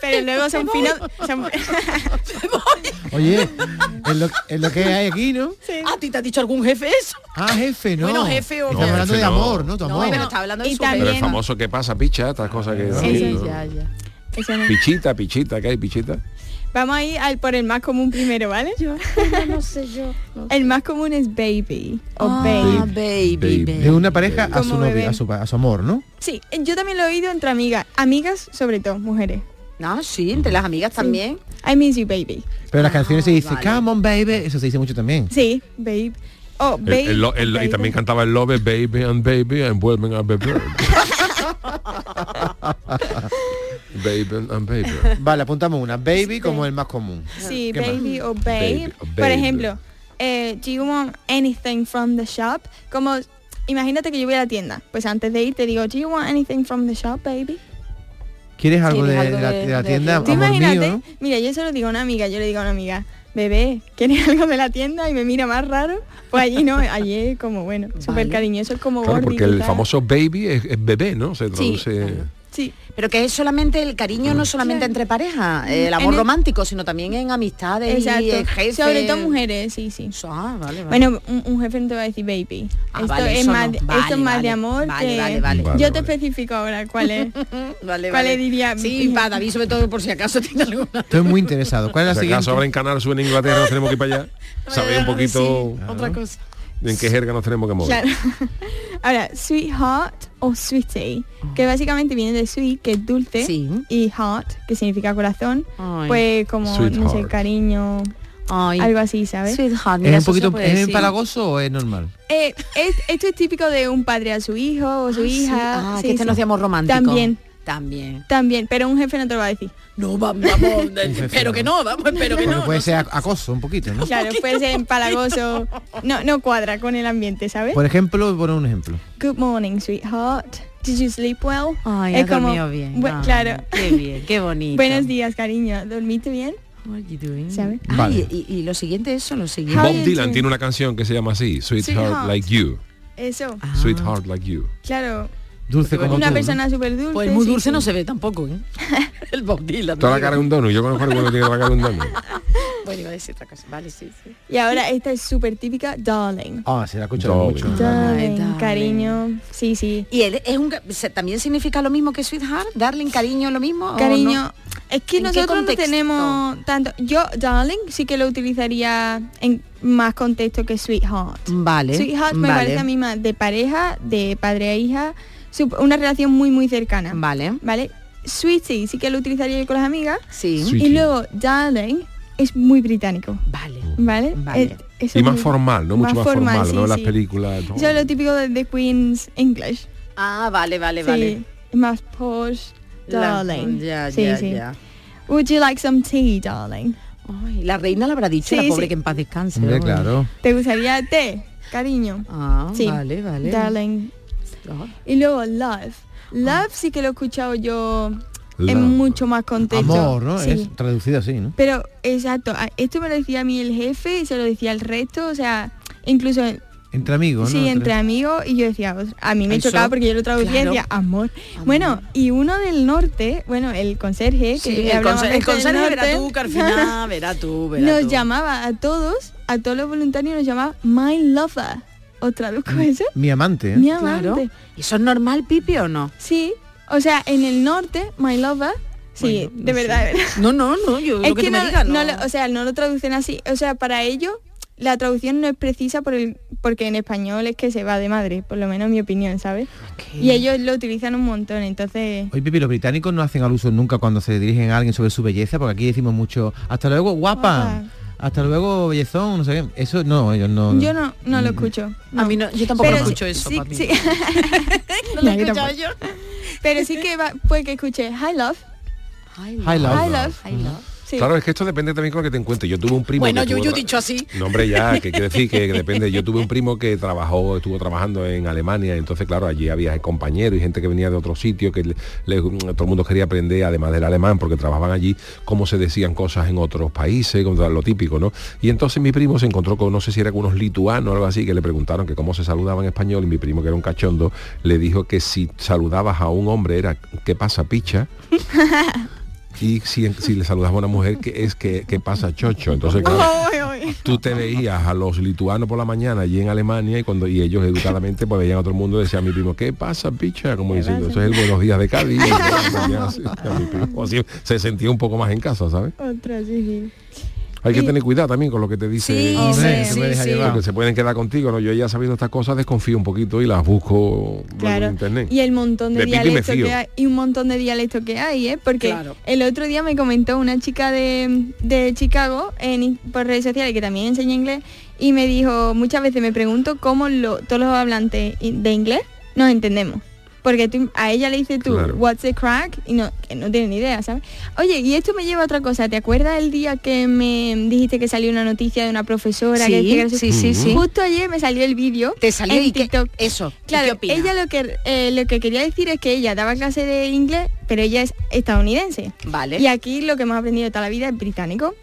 Speaker 10: Pero luego son
Speaker 4: Me voy.
Speaker 10: finos.
Speaker 9: <laughs>
Speaker 10: son-
Speaker 9: Oye, es lo, es lo que hay aquí, ¿no?
Speaker 4: ¿A ti te ha dicho algún jefe eso?
Speaker 9: Ah, jefe, no.
Speaker 4: Bueno, jefe o...
Speaker 9: Estamos hablando
Speaker 3: jefe
Speaker 9: de
Speaker 3: no.
Speaker 9: amor, ¿no? Tu amor.
Speaker 4: pero estaba hablando de
Speaker 10: Y
Speaker 4: su
Speaker 3: Pero el
Speaker 10: también.
Speaker 3: famoso que pasa, picha, estas cosas que.
Speaker 10: Sí, sí,
Speaker 3: ¿no?
Speaker 10: ya, ya. Eso no.
Speaker 3: Pichita, pichita, ¿qué hay, pichita?
Speaker 10: Vamos a ir al por el más común primero, ¿vale? Yo no sé Ah. yo. El más común es baby o babe.
Speaker 4: Oh, baby,
Speaker 9: De una pareja a su
Speaker 10: Este, Como
Speaker 9: novio,
Speaker 10: bebé.
Speaker 9: a su, pa- a su amor, ¿no?
Speaker 10: Sí, yo también lo he oído entre amigas, amigas sobre todo, mujeres.
Speaker 4: No, sí, entre las amigas también.
Speaker 10: I miss you, baby.
Speaker 9: Pero en las canciones se dice,
Speaker 10: vale.
Speaker 9: come on, baby. Eso se dice mucho también.
Speaker 10: Sí, babe. Oh,
Speaker 3: El-
Speaker 10: babe.
Speaker 3: el lo- el- y también cantaba el love, baby and baby, and vuelven a beber. baby and baby.
Speaker 9: Vale, apuntamos una. Baby como el más común.
Speaker 10: Sí,
Speaker 9: ¿Qué más?
Speaker 10: baby o babe.
Speaker 9: Baby o
Speaker 10: Por
Speaker 9: babe.
Speaker 10: ejemplo, eh, do you want anything from the shop? Como, imagínate que yo voy a la tienda. Pues antes de ir te digo, do you want anything from the shop, baby?
Speaker 9: ¿Quieres algo, de,
Speaker 10: ¿Quieres algo
Speaker 9: de la,
Speaker 10: de-
Speaker 9: de la
Speaker 10: de-
Speaker 9: tienda?
Speaker 10: Tú
Speaker 9: Amor
Speaker 10: imagínate,
Speaker 9: mío, ¿no?
Speaker 10: mira, yo se lo digo a una amiga, yo le digo a una amiga, bebé, ¿quieres <laughs> algo de la tienda? Y me mira más raro. Pues allí
Speaker 9: <laughs>
Speaker 10: no, allí es como, bueno, súper cariñoso, es como
Speaker 3: Claro,
Speaker 10: Gordy,
Speaker 3: porque el
Speaker 10: quizás.
Speaker 3: famoso baby es, es bebé, ¿no? Se traduce.
Speaker 10: Sí.
Speaker 4: Pero que es solamente el cariño, no solamente entre parejas, el amor
Speaker 10: En el-
Speaker 4: romántico, sino también en amistades y en jefes.
Speaker 10: Sobre todo mujeres, sí, sí.
Speaker 4: Ah, vale, vale.
Speaker 10: Bueno, un, un jefe no te va a decir baby.
Speaker 4: Ah,
Speaker 10: esto,
Speaker 4: vale,
Speaker 10: es
Speaker 4: eso
Speaker 10: más,
Speaker 4: no.
Speaker 10: de-
Speaker 4: Vale,
Speaker 10: esto es más
Speaker 4: vale,
Speaker 10: de amor.
Speaker 4: vale,
Speaker 10: que-
Speaker 4: vale, vale.
Speaker 10: Yo
Speaker 4: Vale,
Speaker 10: te especifico ahora cuál es.
Speaker 4: vale,
Speaker 10: ¿Cuál
Speaker 4: vale.
Speaker 10: le diría?
Speaker 4: Sí, para David, sobre todo por si acaso <laughs> tiene alguna.
Speaker 9: Estoy muy interesado. ¿Cuál es la
Speaker 3: Si acaso ahora
Speaker 9: siguiente?
Speaker 3: en Canal Sur en Inglaterra nos tenemos que ir
Speaker 10: <laughs>
Speaker 3: para allá. Saber un poquito Ah.
Speaker 4: Otra cosa.
Speaker 3: en qué jerga nos tenemos que mover.
Speaker 10: Claro. <laughs> Ahora, sweetheart o sweetie,
Speaker 4: Oh.
Speaker 10: que básicamente viene de sweet, que es dulce, y heart, que significa corazón,
Speaker 4: Ay.
Speaker 10: pues como, no sé,
Speaker 9: Sweetheart.
Speaker 10: cariño, algo así, ¿sabes?
Speaker 9: ¿Es un poquito ¿es empalagoso o es Pues, normal?
Speaker 10: Eh, es- esto es típico de un padre a su hijo o su
Speaker 4: Ah, sí.
Speaker 10: hija.
Speaker 4: Ah, que este no es de amor romántico.
Speaker 10: También.
Speaker 4: También.
Speaker 10: También, pero un jefe no te lo va a decir.
Speaker 4: No, vamos,
Speaker 10: <laughs>
Speaker 4: espero que no, vamos, espero que
Speaker 9: Porque
Speaker 4: no.
Speaker 10: pues,
Speaker 9: puede ser ac- acoso un poquito, ¿no?
Speaker 10: Claro, puede ser
Speaker 4: <laughs>
Speaker 10: empalagoso. No, no cuadra con el ambiente, ¿sabes?
Speaker 9: Por ejemplo, voy a poner un ejemplo.
Speaker 10: Good morning, sweetheart. Did you sleep well?
Speaker 4: Ay,
Speaker 10: es
Speaker 4: ha
Speaker 10: como,
Speaker 4: dormido bien.
Speaker 10: bu-
Speaker 4: Ay,
Speaker 10: claro.
Speaker 4: Qué bien, qué bonito.
Speaker 10: Buenos días, cariño. ¿Dormiste bien? ¿Sabes?
Speaker 4: Ay,
Speaker 3: Vale.
Speaker 4: y, y lo siguiente es eso, lo siguiente.
Speaker 3: Bob Dylan tiene una canción que se llama así, Sweetheart
Speaker 10: Sweetheart.
Speaker 3: Like You.
Speaker 10: Eso.
Speaker 4: Ah.
Speaker 3: Sweetheart Like You.
Speaker 10: Claro.
Speaker 9: Dulce como
Speaker 10: una
Speaker 3: tú, ¿no?
Speaker 10: persona súper dulce.
Speaker 4: Pues muy dulce no se ve tampoco,
Speaker 10: <laughs>
Speaker 4: ¿eh? El Bob Dylan.
Speaker 3: Toda la cara de un donut. Yo conozco a alguien que tiene la cara de un donut.
Speaker 4: Bueno, iba a decir otra cosa. Vale, sí, sí.
Speaker 10: Y ahora esta es súper típica, darling.
Speaker 9: Ah, se la escucha
Speaker 3: Doble.
Speaker 9: mucho.
Speaker 10: Darling,
Speaker 4: darling.
Speaker 10: cariño. Sí, sí.
Speaker 4: ¿Y él es un, ca- se- también significa lo mismo que sweetheart? ¿Darling, cariño, lo mismo? o
Speaker 10: Cariño,
Speaker 4: Oh, no?
Speaker 10: es que
Speaker 4: ¿En qué
Speaker 10: nosotros no
Speaker 4: contexto?
Speaker 10: tenemos tanto. Yo, darling, sí que lo utilizaría en más contexto que sweetheart.
Speaker 4: Vale.
Speaker 10: Sweetheart me
Speaker 4: vale.
Speaker 10: parece a mí más de pareja, de padre a hija, sup- una relación muy muy cercana.
Speaker 4: Vale.
Speaker 10: Vale. Sweetie sí que lo utilizaría yo con las amigas.
Speaker 4: Sí.
Speaker 3: Sweetie.
Speaker 10: Y luego darling es muy británico.
Speaker 4: Vale.
Speaker 10: Vale. Eh, eso
Speaker 3: Y
Speaker 10: es
Speaker 3: más
Speaker 10: muy-
Speaker 3: formal, ¿no? Mucho más formal,
Speaker 10: sí,
Speaker 3: ¿no? Las
Speaker 10: sí.
Speaker 3: películas. ¿no?
Speaker 10: Eso es lo típico de, de Queen's English.
Speaker 4: Ah, vale, vale,
Speaker 10: Sí,
Speaker 4: vale.
Speaker 10: es Más posh,
Speaker 4: La-
Speaker 10: darling.
Speaker 4: ya,
Speaker 10: Sí,
Speaker 4: ya,
Speaker 10: sí.
Speaker 4: ya.
Speaker 10: Would you like some tea, darling?
Speaker 4: Ay, la reina la habrá dicho,
Speaker 10: Sí,
Speaker 4: la pobre
Speaker 10: sí.
Speaker 4: que en paz descanse.
Speaker 9: Hombre,
Speaker 4: ¿no?
Speaker 9: claro.
Speaker 10: ¿Te gustaría té, cariño?
Speaker 4: Ah, vale, vale. Ah.
Speaker 10: Darling. Y luego love. Love sí que lo he escuchado yo
Speaker 9: Ah. Love.
Speaker 10: en mucho más contexto.
Speaker 9: Amor, ¿no?
Speaker 10: Sí.
Speaker 9: Es traducido así, ¿no?
Speaker 10: Pero exacto, a- esto me lo decía a mí el jefe y se lo decía al resto, o sea, incluso
Speaker 9: Entre amigos,
Speaker 10: sí,
Speaker 9: ¿no?
Speaker 10: entre amigos y yo decía, "Ostras", a mí me
Speaker 9: Eso,
Speaker 10: chocaba porque yo lo traducía
Speaker 9: claro.
Speaker 10: y decía amor. Bueno, y uno del norte, bueno, el conserje, que
Speaker 4: Sí,
Speaker 10: le
Speaker 4: el,
Speaker 10: hablamos
Speaker 4: conse- el
Speaker 10: antes del
Speaker 4: conserje verá
Speaker 10: norte, <laughs>
Speaker 4: tú, Carfina, verá tú, verá
Speaker 10: nos
Speaker 4: tú.
Speaker 10: llamaba a todos, a todos los voluntarios nos llamaba my lover. ¿Os traduzco eso?
Speaker 9: Mi amante, ¿eh?
Speaker 10: Mi amante.
Speaker 4: ¿Y eso es normal, Pipi, o no?
Speaker 10: Sí, o sea, en el norte, my lover, sí, de verdad, de verdad.
Speaker 4: No, no, no, yo
Speaker 10: Es
Speaker 4: lo que, tú
Speaker 10: que
Speaker 4: me
Speaker 10: no,
Speaker 4: digas,
Speaker 10: no
Speaker 4: no.
Speaker 10: lo- o sea, no lo traducen así. O sea, para ellos la traducción no es precisa por el, porque en español es que se va de madre, por lo menos mi opinión, ¿sabes? Y ellos lo utilizan un montón, entonces...
Speaker 9: Oye, Pipi, los británicos no hacen al uso nunca cuando se dirigen a alguien sobre su belleza, porque aquí decimos mucho, hasta luego, guapa, hasta luego, bellezón, no sé qué. Eso no, ellos no. Mm.
Speaker 10: Yo no, no lo escucho.
Speaker 4: A mí no- yo tampoco
Speaker 10: Pero
Speaker 4: lo
Speaker 10: sí-
Speaker 4: escucho eso,
Speaker 10: sí-
Speaker 4: papi.
Speaker 10: sí. <laughs>
Speaker 4: No lo he escuchado yo.
Speaker 10: Pero sí que va, puede que escuche I love. I
Speaker 3: love. Hi love.
Speaker 10: Sí.
Speaker 3: Claro, es que esto depende también con lo que te encuentres. Yo tuve un primo...
Speaker 4: Bueno,
Speaker 3: que tuvo
Speaker 4: Yuyu,
Speaker 3: tra-
Speaker 4: dicho así.
Speaker 3: No, hombre, ya, que quiero
Speaker 4: <laughs>
Speaker 3: decir que, que depende. Yo tuve un primo que trabajó, estuvo trabajando en Alemania, entonces, claro, allí había compañeros y gente que venía de otro sitio, que le- le- todo el mundo quería aprender, además del alemán, porque trabajaban allí, cómo se decían cosas en otros países, como lo típico, ¿no? Y entonces mi primo se encontró con, no sé si era con unos lituanos o algo así, que le preguntaron que cómo se saludaba en español, y mi primo, que era un cachondo, le dijo que si saludabas a un hombre era, ¿qué pasa, picha? Y si, si le saludabas a una mujer, que es que, que pasa, chocho? Entonces, claro, tú te veías a los lituanos por la mañana allí en Alemania y cuando y ellos educadamente pues veían a todo el mundo y decían a mi primo qué pasa picha como diciendo eso es el buenos días
Speaker 10: <laughs>
Speaker 3: de Cádiz Y pues, yo, así, a mi primo, así, se sentía un poco más en casa sabes
Speaker 10: Otra, sí, sí.
Speaker 3: hay que
Speaker 10: Y-
Speaker 3: tener cuidado también con lo que te dice
Speaker 10: Sí, Hombre, hombre, se puede sí, dejar sí. llevar.
Speaker 3: porque se pueden quedar contigo no yo ya sabiendo estas cosas desconfío un poquito y las busco luego en
Speaker 10: Claro.
Speaker 3: internet
Speaker 10: Y el montón de,
Speaker 3: De Pipi me
Speaker 10: dialectos
Speaker 3: fío.
Speaker 10: que hay, y un montón de dialectos que hay, ¿eh? Porque
Speaker 18: Claro.
Speaker 10: el otro día me comentó una chica de, de Chicago en, in- por redes sociales que también enseña inglés y me dijo, muchas veces me pregunto cómo lo- todos los hablantes in- de inglés nos entendemos. Porque tú- a ella le dices tú,
Speaker 18: Claro.
Speaker 10: what's the crack? Y no, que no tiene ni idea, ¿sabes? Oye, y esto me lleva a otra cosa. ¿Te acuerdas el día que me dijiste que salió una noticia de una profesora?
Speaker 4: Sí,
Speaker 10: que decía que no sé-
Speaker 4: sí, sí, sí.
Speaker 10: Justo ayer me salió el vídeo. Te
Speaker 4: salió y qué-
Speaker 10: eso. Claro, ella lo que eh, lo que quería decir es que ella daba clase de inglés, pero ella es estadounidense.
Speaker 4: Vale. Mm.
Speaker 10: Y aquí lo que hemos aprendido toda la vida es británico.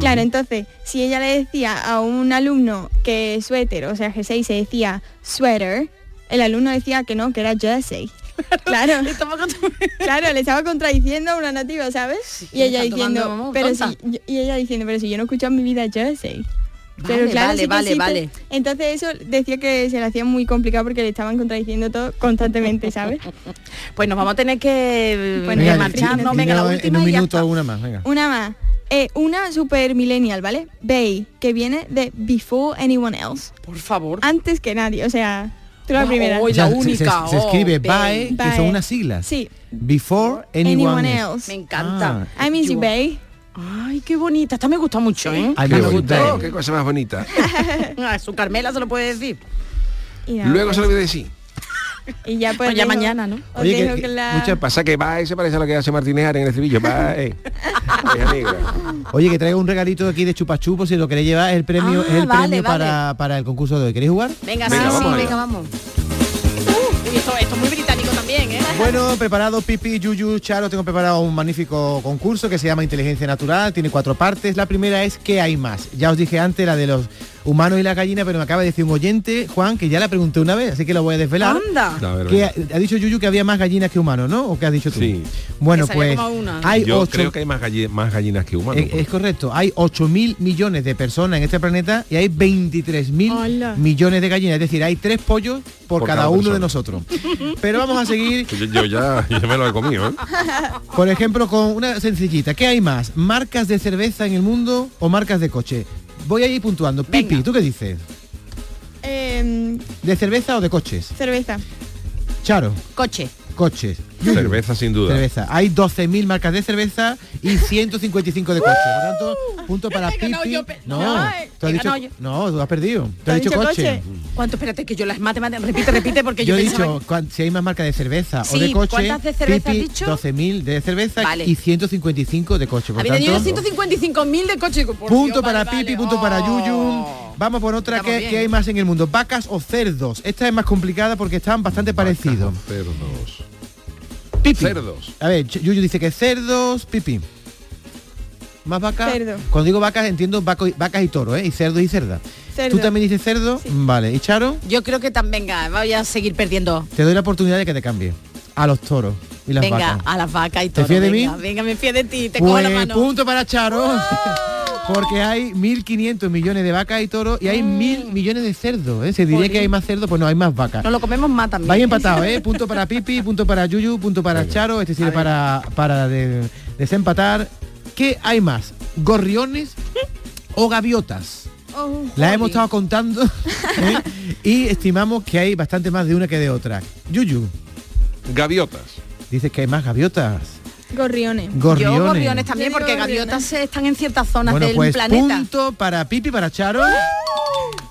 Speaker 10: Claro, entonces, si ella le decía a un alumno que suéter, o sea, jersey se decía sweater, el alumno decía que no, que era jersey. Claro, claro, le estaba contradiciendo a una nativa, ¿sabes? y ella
Speaker 4: están tomando
Speaker 10: diciendo,
Speaker 4: como
Speaker 10: pero
Speaker 4: tonta.
Speaker 10: si, y ella diciendo, pero si yo no he escuchado en mi vida jersey.
Speaker 4: Vale, vale,
Speaker 10: sí que
Speaker 4: vale,
Speaker 10: sí, te-
Speaker 4: vale.
Speaker 10: Entonces eso decía que se le hacía muy complicado porque le estaban contradiciendo todo constantemente,
Speaker 4: <laughs>
Speaker 10: ¿sabes?
Speaker 4: Pues nos vamos a tener que
Speaker 10: Bueno,
Speaker 4: eh,
Speaker 10: al
Speaker 4: marcharnos.
Speaker 10: fin.
Speaker 4: Venga, la
Speaker 10: No, en
Speaker 4: última
Speaker 9: Pues un
Speaker 4: y ya
Speaker 9: minuto
Speaker 4: está.
Speaker 9: una más, venga.
Speaker 10: Una más. Eh, una super millennial, ¿vale? Bay, que viene de Before Anyone Else.
Speaker 4: Por favor.
Speaker 9: Ah.
Speaker 10: Antes que nadie, o sea, tú la
Speaker 4: Wow,
Speaker 10: primera.
Speaker 9: O sea, se- Se, se escribe
Speaker 4: oh,
Speaker 9: by, que son
Speaker 10: Bye.
Speaker 9: unas siglas.
Speaker 10: Sí.
Speaker 9: Before anyone,
Speaker 10: Anyone,
Speaker 9: else. Ah.
Speaker 10: else.
Speaker 4: Me
Speaker 9: encanta.
Speaker 10: I miss you, Bay.
Speaker 4: Ay, qué bonita. Esta me gusta mucho, ¿eh?
Speaker 3: Ay,
Speaker 4: Esta
Speaker 3: me
Speaker 4: me
Speaker 3: gustó,
Speaker 4: gusta.
Speaker 3: Oh, qué cosa más
Speaker 10: <laughs>
Speaker 3: bonita
Speaker 4: <laughs> A su Carmela se lo puede decir.
Speaker 3: luego se lo voy a decir
Speaker 10: Y ya pues
Speaker 4: Pues ya
Speaker 10: dejo-
Speaker 4: mañana, ¿no?
Speaker 10: os dejo que la-
Speaker 3: muchas pasa que va se parece a lo que hace Martínez Ara en el estribillo bye. Ay, amigo.
Speaker 9: Oye, que traigo un regalito aquí de chupachupos si lo queréis llevar, es el premio,
Speaker 4: Ah,
Speaker 9: es el
Speaker 4: vale, vale.
Speaker 9: premio Para, para el concurso de hoy. ¿Queréis jugar?
Speaker 4: Venga,
Speaker 9: Venga,
Speaker 4: sí,
Speaker 9: vamos
Speaker 4: sí,
Speaker 9: allá.
Speaker 4: venga, vamos. Uh, esto, esto es muy británico también, ¿eh?
Speaker 9: Bueno, preparado Pipi, Yuyu, Charo, tengo preparado un magnífico concurso que se llama Inteligencia Natural, tiene cuatro partes. La primera es ¿qué hay más? Ya os dije antes la de los humanos y la gallina, pero me acaba de decir un oyente, Juan, que ya la pregunté una vez, así que lo voy a desvelar.
Speaker 4: Anda. A ver,
Speaker 9: Que
Speaker 4: venga.
Speaker 9: ha, ha dicho Yuyu que había más gallinas que humanos, ¿no? ¿O qué has dicho tú? Sí. Bueno,
Speaker 3: Que
Speaker 9: pues
Speaker 3: salía como una.
Speaker 9: hay
Speaker 3: Yo
Speaker 9: ocho.
Speaker 3: creo que hay Eh, más, galle- más gallinas que humanos.
Speaker 9: Eh, Es, es correcto, hay 8 mil millones de personas en este planeta y hay 23 mil
Speaker 3: Hola.
Speaker 9: millones de gallinas, es decir, hay tres pollos por,
Speaker 3: Por
Speaker 9: cada,
Speaker 3: cada
Speaker 9: uno
Speaker 3: persona.
Speaker 10: <laughs>
Speaker 9: de nosotros. Pero vamos a seguir
Speaker 3: Yo, yo ya, ya me lo he comido, <laughs> ¿eh?
Speaker 9: Por ejemplo, con una sencillita, ¿qué hay más? ¿Marcas de cerveza en el mundo o marcas de coche? Voy a ir puntuando. Pipi, ¿tú qué dices?
Speaker 10: Em,
Speaker 9: ¿De cerveza o de coches?
Speaker 10: cerveza.
Speaker 9: Charo,
Speaker 4: Coche.
Speaker 9: coches.
Speaker 3: Cerveza sin duda.
Speaker 9: Cerveza. Hay 12.000 marcas de cerveza y 155 de coches. Por lo tanto, punto para Pipi.
Speaker 4: ¡Uh! yo, pe-
Speaker 9: No,
Speaker 4: no, eh,
Speaker 9: tú has
Speaker 4: he
Speaker 9: dicho,
Speaker 4: ganado yo.
Speaker 9: no, tú has perdido. Tú has dicho coche.
Speaker 4: ¿Cuánto? Espérate, que yo las matemáticas... Repite, repite, porque yo,
Speaker 9: Yo he
Speaker 4: pensaba
Speaker 9: dicho, cuan- si hay más marcas de cerveza o
Speaker 4: Sí,
Speaker 9: de coche,
Speaker 4: ¿cuántas de cerveza has
Speaker 9: Pipi,
Speaker 4: dicho?
Speaker 9: 12.000 de cerveza
Speaker 4: Vale.
Speaker 9: y 155 de coche. Por
Speaker 4: Había tenido
Speaker 9: tanto,
Speaker 4: 155.000 de coche. Por
Speaker 9: punto
Speaker 4: Dios,
Speaker 9: para
Speaker 4: vale, Oh.
Speaker 9: Pipi,
Speaker 4: vale.
Speaker 9: punto para Yuyu. Vamos por otra
Speaker 4: Estamos
Speaker 9: que,
Speaker 4: bien.
Speaker 9: que hay más en el mundo. Vacas o cerdos. Esta es más complicada porque están bastante parecidos.
Speaker 3: Cerdos.
Speaker 9: Pipi.
Speaker 3: Cerdos.
Speaker 9: A ver, Ch- Yuyu dice que cerdos, Pipi. ¿Más vacas?
Speaker 10: Cerdo.
Speaker 9: Cuando digo vacas entiendo vaco y- vacas y toro, ¿eh? Y cerdos y cerdas. ¿Tú también dices cerdo? Vale. ¿Y Charo?
Speaker 4: Yo creo que también, venga, voy a seguir perdiendo.
Speaker 9: Te doy la oportunidad de que te cambie. A los toros y las
Speaker 4: venga,
Speaker 9: vacas.
Speaker 4: a las vacas y
Speaker 9: ¿Te
Speaker 4: todo.
Speaker 9: fías de
Speaker 4: venga,
Speaker 9: mí?
Speaker 4: venga, me fío de ti, te
Speaker 9: Pues,
Speaker 4: cojo la mano.
Speaker 9: punto para Charo. <laughs> Porque hay 1.500 millones de vacas y toros y hay 1.000 millones de cerdos. ¿eh? Se diría que hay más cerdos, pues no, hay más vacas.
Speaker 4: Nos lo comemos más también.
Speaker 9: Vais empatados, ¿eh? Punto para Pipi, punto para Yuyu, punto para Charo, este sirve para, para de- desempatar. ¿Qué hay más? ¿Gorriones o gaviotas?
Speaker 8: Oh,
Speaker 9: La hemos estado contando <laughs> ¿eh? y estimamos que hay bastante más de una que de otra. Yuyu.
Speaker 3: Gaviotas.
Speaker 9: Dices que hay más gaviotas.
Speaker 10: Gorriones.
Speaker 9: Gorriones.
Speaker 4: Yo gorriones también,
Speaker 10: Yo digo
Speaker 4: porque
Speaker 10: gorriones.
Speaker 4: gaviotas eh, están en ciertas zonas
Speaker 9: bueno,
Speaker 4: del
Speaker 9: pues
Speaker 4: planeta.
Speaker 9: punto para Pipi, para Charo.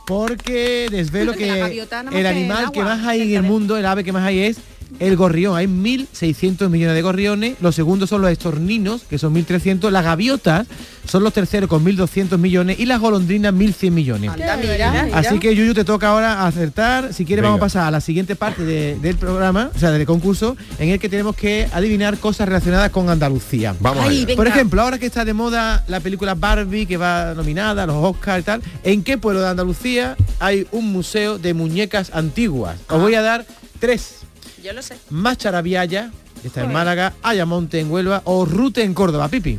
Speaker 9: Porque desvelo
Speaker 4: De la
Speaker 9: que
Speaker 4: gaviota nada más
Speaker 9: el
Speaker 4: que
Speaker 9: animal
Speaker 4: el
Speaker 9: que más hay en el mundo, el ave que más hay es el gorrión. Hay 1.600 millones de gorriones. Los segundos son los estorninos, que son 1.300. Las gaviotas son los terceros con 1.200 millones. Y las golondrinas, 1.100 millones.
Speaker 4: Anda, mira, mira.
Speaker 9: Así que Yuyu te toca ahora acertar. Si quieres
Speaker 3: Venga.
Speaker 9: vamos a pasar a la siguiente parte de- del programa, o sea, del concurso, en el que tenemos que adivinar cosas relacionadas con Andalucía.
Speaker 3: Vamos Ay, allá. venga.
Speaker 9: Por ejemplo, ahora que está de moda la película Barbie, que va nominada a los Oscars y tal, ¿en qué pueblo de Andalucía hay un museo de muñecas antiguas? Os voy a dar tres.
Speaker 4: Yo lo sé.
Speaker 9: Macharabiaya, que está en Málaga, Ayamonte en Huelva o Rute en Córdoba, Pipi.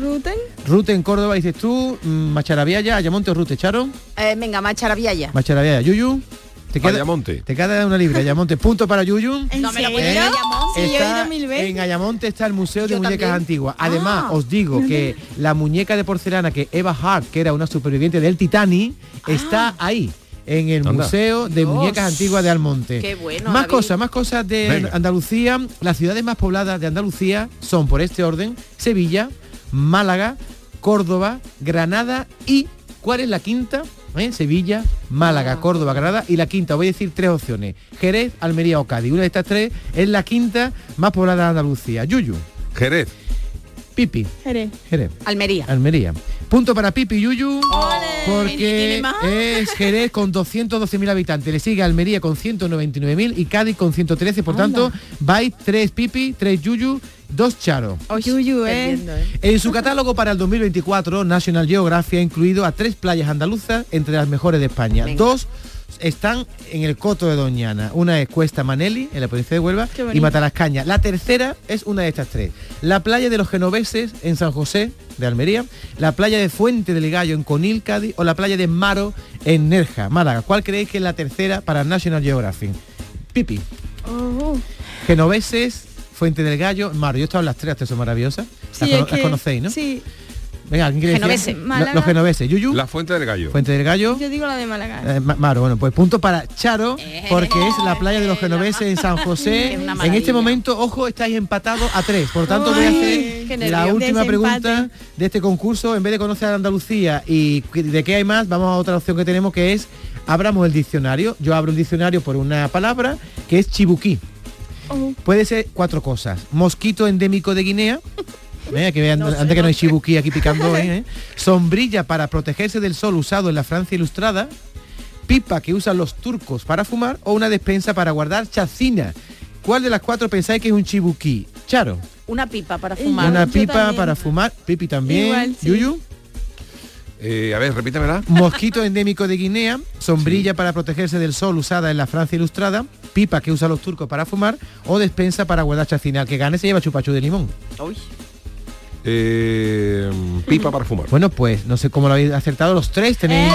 Speaker 10: Ruten.
Speaker 9: Rute en Córdoba, dices tú, mm, Macharabiaya, Ayamonte o Rute, Charo.
Speaker 4: Eh, venga, macharavilla ya.
Speaker 9: Macharavia, Yuyu. Te queda, Te queda una libre, Ayamonte. Punto para
Speaker 4: <laughs>
Speaker 9: Yuyu.
Speaker 4: ¿En No me lo puedo serio? creer, Ayamonte. Sí, yo he
Speaker 9: Está-
Speaker 4: ido mil veces.
Speaker 9: en Ayamonte está el Museo de
Speaker 4: Yo
Speaker 9: Muñecas
Speaker 4: también.
Speaker 9: Antiguas. Además,
Speaker 4: Ah.
Speaker 9: os digo que la muñeca de porcelana que Eva Hart, que era una superviviente del Titanic,
Speaker 4: Ah.
Speaker 9: está ahí. En el
Speaker 3: Anda.
Speaker 9: Museo de
Speaker 3: Dios.
Speaker 9: Muñecas Antiguas de Almonte.
Speaker 3: Qué bueno,
Speaker 9: más
Speaker 3: David.
Speaker 9: cosas, más cosas de
Speaker 3: Venga.
Speaker 9: Andalucía. Las ciudades más pobladas de Andalucía son, por este orden, Sevilla, Málaga, Córdoba, Granada y... ¿Cuál es la quinta? ¿Eh? Sevilla,
Speaker 4: Ah.
Speaker 9: Málaga, Córdoba, Granada y la quinta. Os voy a decir tres opciones. Jerez, Almería o Cádiz. Una de estas tres es la quinta más poblada de Andalucía. Yuyu,
Speaker 3: Jerez.
Speaker 9: Pipi,
Speaker 10: Jerez.
Speaker 9: Jerez.
Speaker 4: Almería.
Speaker 9: Almería. Punto para Pipi Yuyu,
Speaker 4: ¿Tiene
Speaker 9: porque
Speaker 4: más?
Speaker 9: es Jerez con 212.000 habitantes. Le sigue Almería con 199.000 y Cádiz con 113. Por tanto, vais 3 Pipi, 3 Yuyu, 2 Charo.
Speaker 10: Yuyu, eh.
Speaker 9: En su catálogo para el 2024, National Geographic ha incluido a tres playas andaluzas entre las mejores de España. Dos están en el Coto de Doñana. Una es Cuesta Maneli, en la provincia de Huelva,
Speaker 19: Qué bonito.
Speaker 9: y Matalascaña. La tercera es una de estas tres. La playa de los genoveses en San José de Almería, la playa de Fuente del Gallo en Conil, Cádiz, o la playa de Maro en Nerja, Málaga. ¿Cuál creéis que es la tercera para National Geographic? Pipi.
Speaker 10: Oh.
Speaker 9: Genoveses, Fuente del Gallo, Maro. Yo he estado en las tres, las tres son maravillosas. las, cono-
Speaker 10: es
Speaker 9: las
Speaker 10: que-
Speaker 9: conocéis, ¿no?
Speaker 10: Sí.
Speaker 9: Venga, ¿quién quiere decir?
Speaker 10: Genoveses.
Speaker 9: Lo-
Speaker 10: Málaga.
Speaker 9: Los genoveses. Yuyu.
Speaker 3: La Fuente del Gallo.
Speaker 9: Fuente del Gallo.
Speaker 10: Yo digo la de Málaga. Eh,
Speaker 9: eh, Ma- Maro, bueno, pues punto para Charo, porque es la playa de los genoveses en San
Speaker 10: <laughs>
Speaker 9: José.
Speaker 10: Es una
Speaker 9: En este
Speaker 10: maravilla.
Speaker 9: momento, ojo, estáis empatados a tres. Por tanto, voy a
Speaker 10: Ay, qué
Speaker 9: hacer la
Speaker 10: nervios.
Speaker 9: última
Speaker 10: Desempate.
Speaker 9: pregunta de este concurso. En vez de conocer a Andalucía y que- de qué hay más, vamos a otra opción que tenemos que es abramos el diccionario. Yo abro un diccionario por una palabra que es chibuquí.
Speaker 10: Oh.
Speaker 9: Puede ser cuatro cosas. Mosquito endémico
Speaker 10: <laughs>
Speaker 9: de Guinea. Mira, que vean, antes que no hay chibuquí aquí picando. ¿eh? Sombrilla para protegerse del sol usado en la Francia ilustrada. Pipa que usan los turcos para fumar. O una despensa para guardar chacina. ¿Cuál de las cuatro pensáis que es un chibuquí? Charo.
Speaker 4: Una pipa para fumar.
Speaker 9: Una pipa para fumar. Pipi también.
Speaker 4: Eh, Igual, sí. <laughs>
Speaker 9: Yuyu.
Speaker 3: Eh, a ver, repítamela.
Speaker 9: Mosquito endémico de Guinea, sombrilla para protegerse del sol usada en la Francia ilustrada, pipa que usan los turcos para fumar o despensa para guardar chacina. El que gane se lleva chupachu de limón.
Speaker 3: Eh, pipa para fumar.
Speaker 9: Bueno, pues no sé cómo lo habéis acertado los tres, tenéis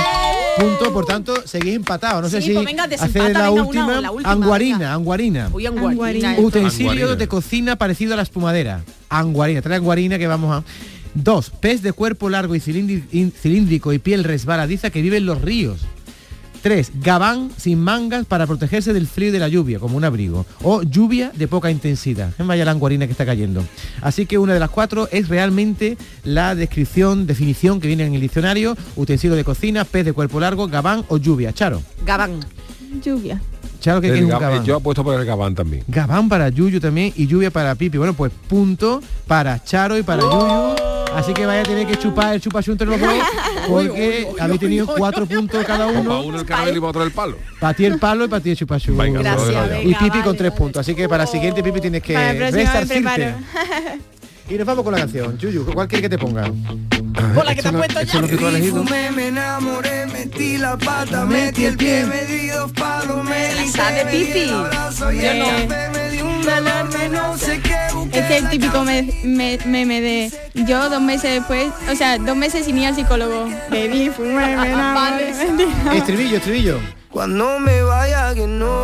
Speaker 9: punto, por tanto seguís empatados. No sé
Speaker 4: Eh. Sí,
Speaker 9: si
Speaker 4: pues venga, desempata,
Speaker 9: hacer la,
Speaker 4: venga, una,
Speaker 9: última,
Speaker 4: la última,
Speaker 9: Anguarina, anguarina.
Speaker 4: Uy, anguarina.
Speaker 9: Utensilio
Speaker 4: Anguarina.
Speaker 9: de cocina parecido a la espumadera. Anguarina, trae anguarina que vamos a... Dos, pez de cuerpo largo y cilindri- in- cilíndrico y piel resbaladiza que vive en los ríos. Tres, gabán sin mangas para protegerse del frío y de la lluvia, como un abrigo. O lluvia de poca intensidad. En vaya la anguarina que está cayendo. Así que una de las cuatro es realmente la descripción, definición que viene en el diccionario. Utensilio de cocina, pez de cuerpo largo, gabán o lluvia. Charo.
Speaker 4: Gabán.
Speaker 10: Lluvia.
Speaker 9: Charo, ¿qué
Speaker 3: El
Speaker 9: es un
Speaker 3: gab-
Speaker 9: gabán?
Speaker 3: Yo apuesto por el gabán también.
Speaker 9: Gabán para Yuyu también y lluvia para Pipi. Bueno, pues punto para Charo y para Yuyu. Así que vaya a tener que chupar el chupachu entre los dos porque habéis tenido cuatro puntos cada
Speaker 3: O
Speaker 9: uno.
Speaker 3: para uno el caramelo y para otro el palo.
Speaker 9: Para ti el palo y para ti el chupachu.
Speaker 3: Venga, Gracias,
Speaker 9: y
Speaker 3: venga,
Speaker 4: Oh.
Speaker 9: Pipi con tres puntos. Así que para la siguiente Pipi tienes que
Speaker 10: Para la próxima me
Speaker 9: resarcirte.
Speaker 10: preparo.
Speaker 9: Y nos vamos con la canción. Yuyu, ¿cuál quieres que te ponga?
Speaker 8: Con la que te
Speaker 9: Eso
Speaker 8: han
Speaker 9: no-
Speaker 8: puesto
Speaker 9: eso
Speaker 8: ya.
Speaker 9: no que tú has elegido.
Speaker 8: Fumé, me enamoré, metí la pata, metí el pie, me di dos palos, me di
Speaker 10: sabe, Pipi. Yo no. Este es el típico me- me- meme de yo dos meses después, o sea, dos meses sin ir al psicólogo. Bebí,
Speaker 4: <laughs>
Speaker 10: fumé, me enamoré, me enamoré.
Speaker 9: Estribillo, estribillo.
Speaker 8: Cuando me vaya que no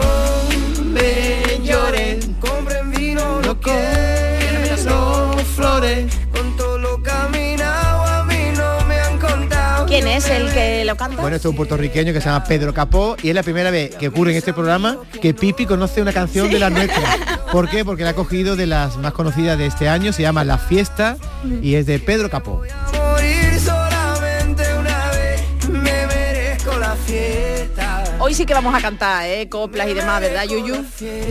Speaker 8: me llores, compren vino lo que no flores, con todo lo caminado a mí no me han contado.
Speaker 4: ¿Quién es el que lo canta?
Speaker 9: Bueno, esto es un puertorriqueño que se llama Pedro Capó y es la primera vez que ocurre en este programa que Pipi conoce una canción de la nuestra. ¿Por qué? Porque la ha cogido de las más conocidas de este año, se llama La Fiesta y es de Pedro Capó.
Speaker 8: Morir solamente una vez, me merezco la fiesta.
Speaker 4: Hoy sí que vamos a cantar, ¿eh? Coplas y demás, ¿verdad, Yuyu?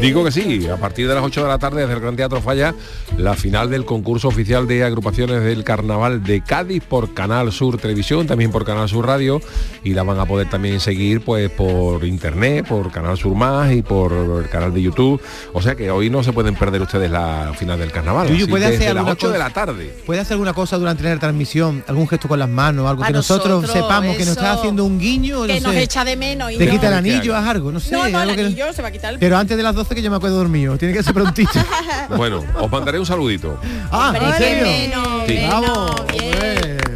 Speaker 3: Digo que sí, a partir de las 8 de la tarde desde el Gran Teatro Falla, la final del concurso oficial de agrupaciones del Carnaval de Cádiz por Canal Sur Televisión, también por Canal Sur Radio y la van a poder también seguir pues por internet, por Canal Sur Más y por el canal de YouTube. O sea que hoy no se pueden perder ustedes la final del Carnaval.
Speaker 9: Yuyu,
Speaker 3: Así,
Speaker 9: ¿puede
Speaker 3: desde
Speaker 9: hacer
Speaker 3: las
Speaker 9: alguna
Speaker 3: 8 de
Speaker 9: cosa?
Speaker 3: la tarde.
Speaker 9: ¿Puede hacer alguna cosa durante la transmisión? ¿Algún gesto con las manos? ¿Algo
Speaker 4: A
Speaker 9: que nosotros, sepamos que nos está
Speaker 4: eso.
Speaker 9: haciendo un guiño? No
Speaker 4: que nos
Speaker 9: sé.
Speaker 4: echa de menos. Y
Speaker 9: ¿Te
Speaker 4: no.
Speaker 9: quita el anillo? ¿Haz algo? No sé.
Speaker 4: No, no, el
Speaker 9: algo que-
Speaker 4: anillo se va a quitar el...
Speaker 9: Pero antes de las 12 que yo me acuerdo dormido. Tiene que
Speaker 4: <laughs>
Speaker 9: ser prontito.
Speaker 3: Bueno, os mandaré un saludito.
Speaker 9: ah,
Speaker 4: Hombre,
Speaker 9: ¿en
Speaker 4: que
Speaker 9: serio?
Speaker 4: menos,
Speaker 3: Sí.
Speaker 4: menos,
Speaker 9: Vamos,
Speaker 4: bien.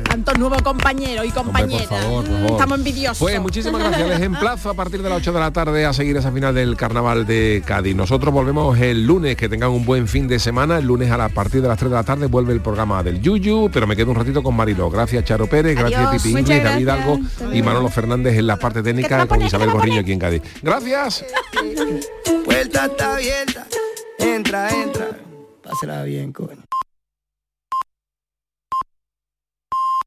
Speaker 4: Tanto nuevo compañero y compañera.
Speaker 3: favor, por
Speaker 4: Mm,
Speaker 3: favor.
Speaker 4: Estamos envidiosos.
Speaker 3: Pues muchísimas gracias. Les emplazo a partir de las 8 de la tarde a seguir esa final del carnaval de Cádiz. Nosotros volvemos el lunes, que tengan un buen fin de semana. El lunes a, la, a partir de las 3 de la tarde vuelve el programa del Yuyu, pero me quedo un ratito con Marilo. Gracias Charo Pérez, gracias
Speaker 8: Adiós.
Speaker 3: Pipi
Speaker 8: Muchas
Speaker 3: Ingrid, David
Speaker 8: gracias.
Speaker 3: Algo
Speaker 8: Hasta
Speaker 3: y
Speaker 8: luego.
Speaker 3: Manolo Fernández en la parte técnica con Isabel Gorriño aquí en Cádiz. Gracias.
Speaker 8: Puerta está abierta. Entra, entra. Pásala bien, coño.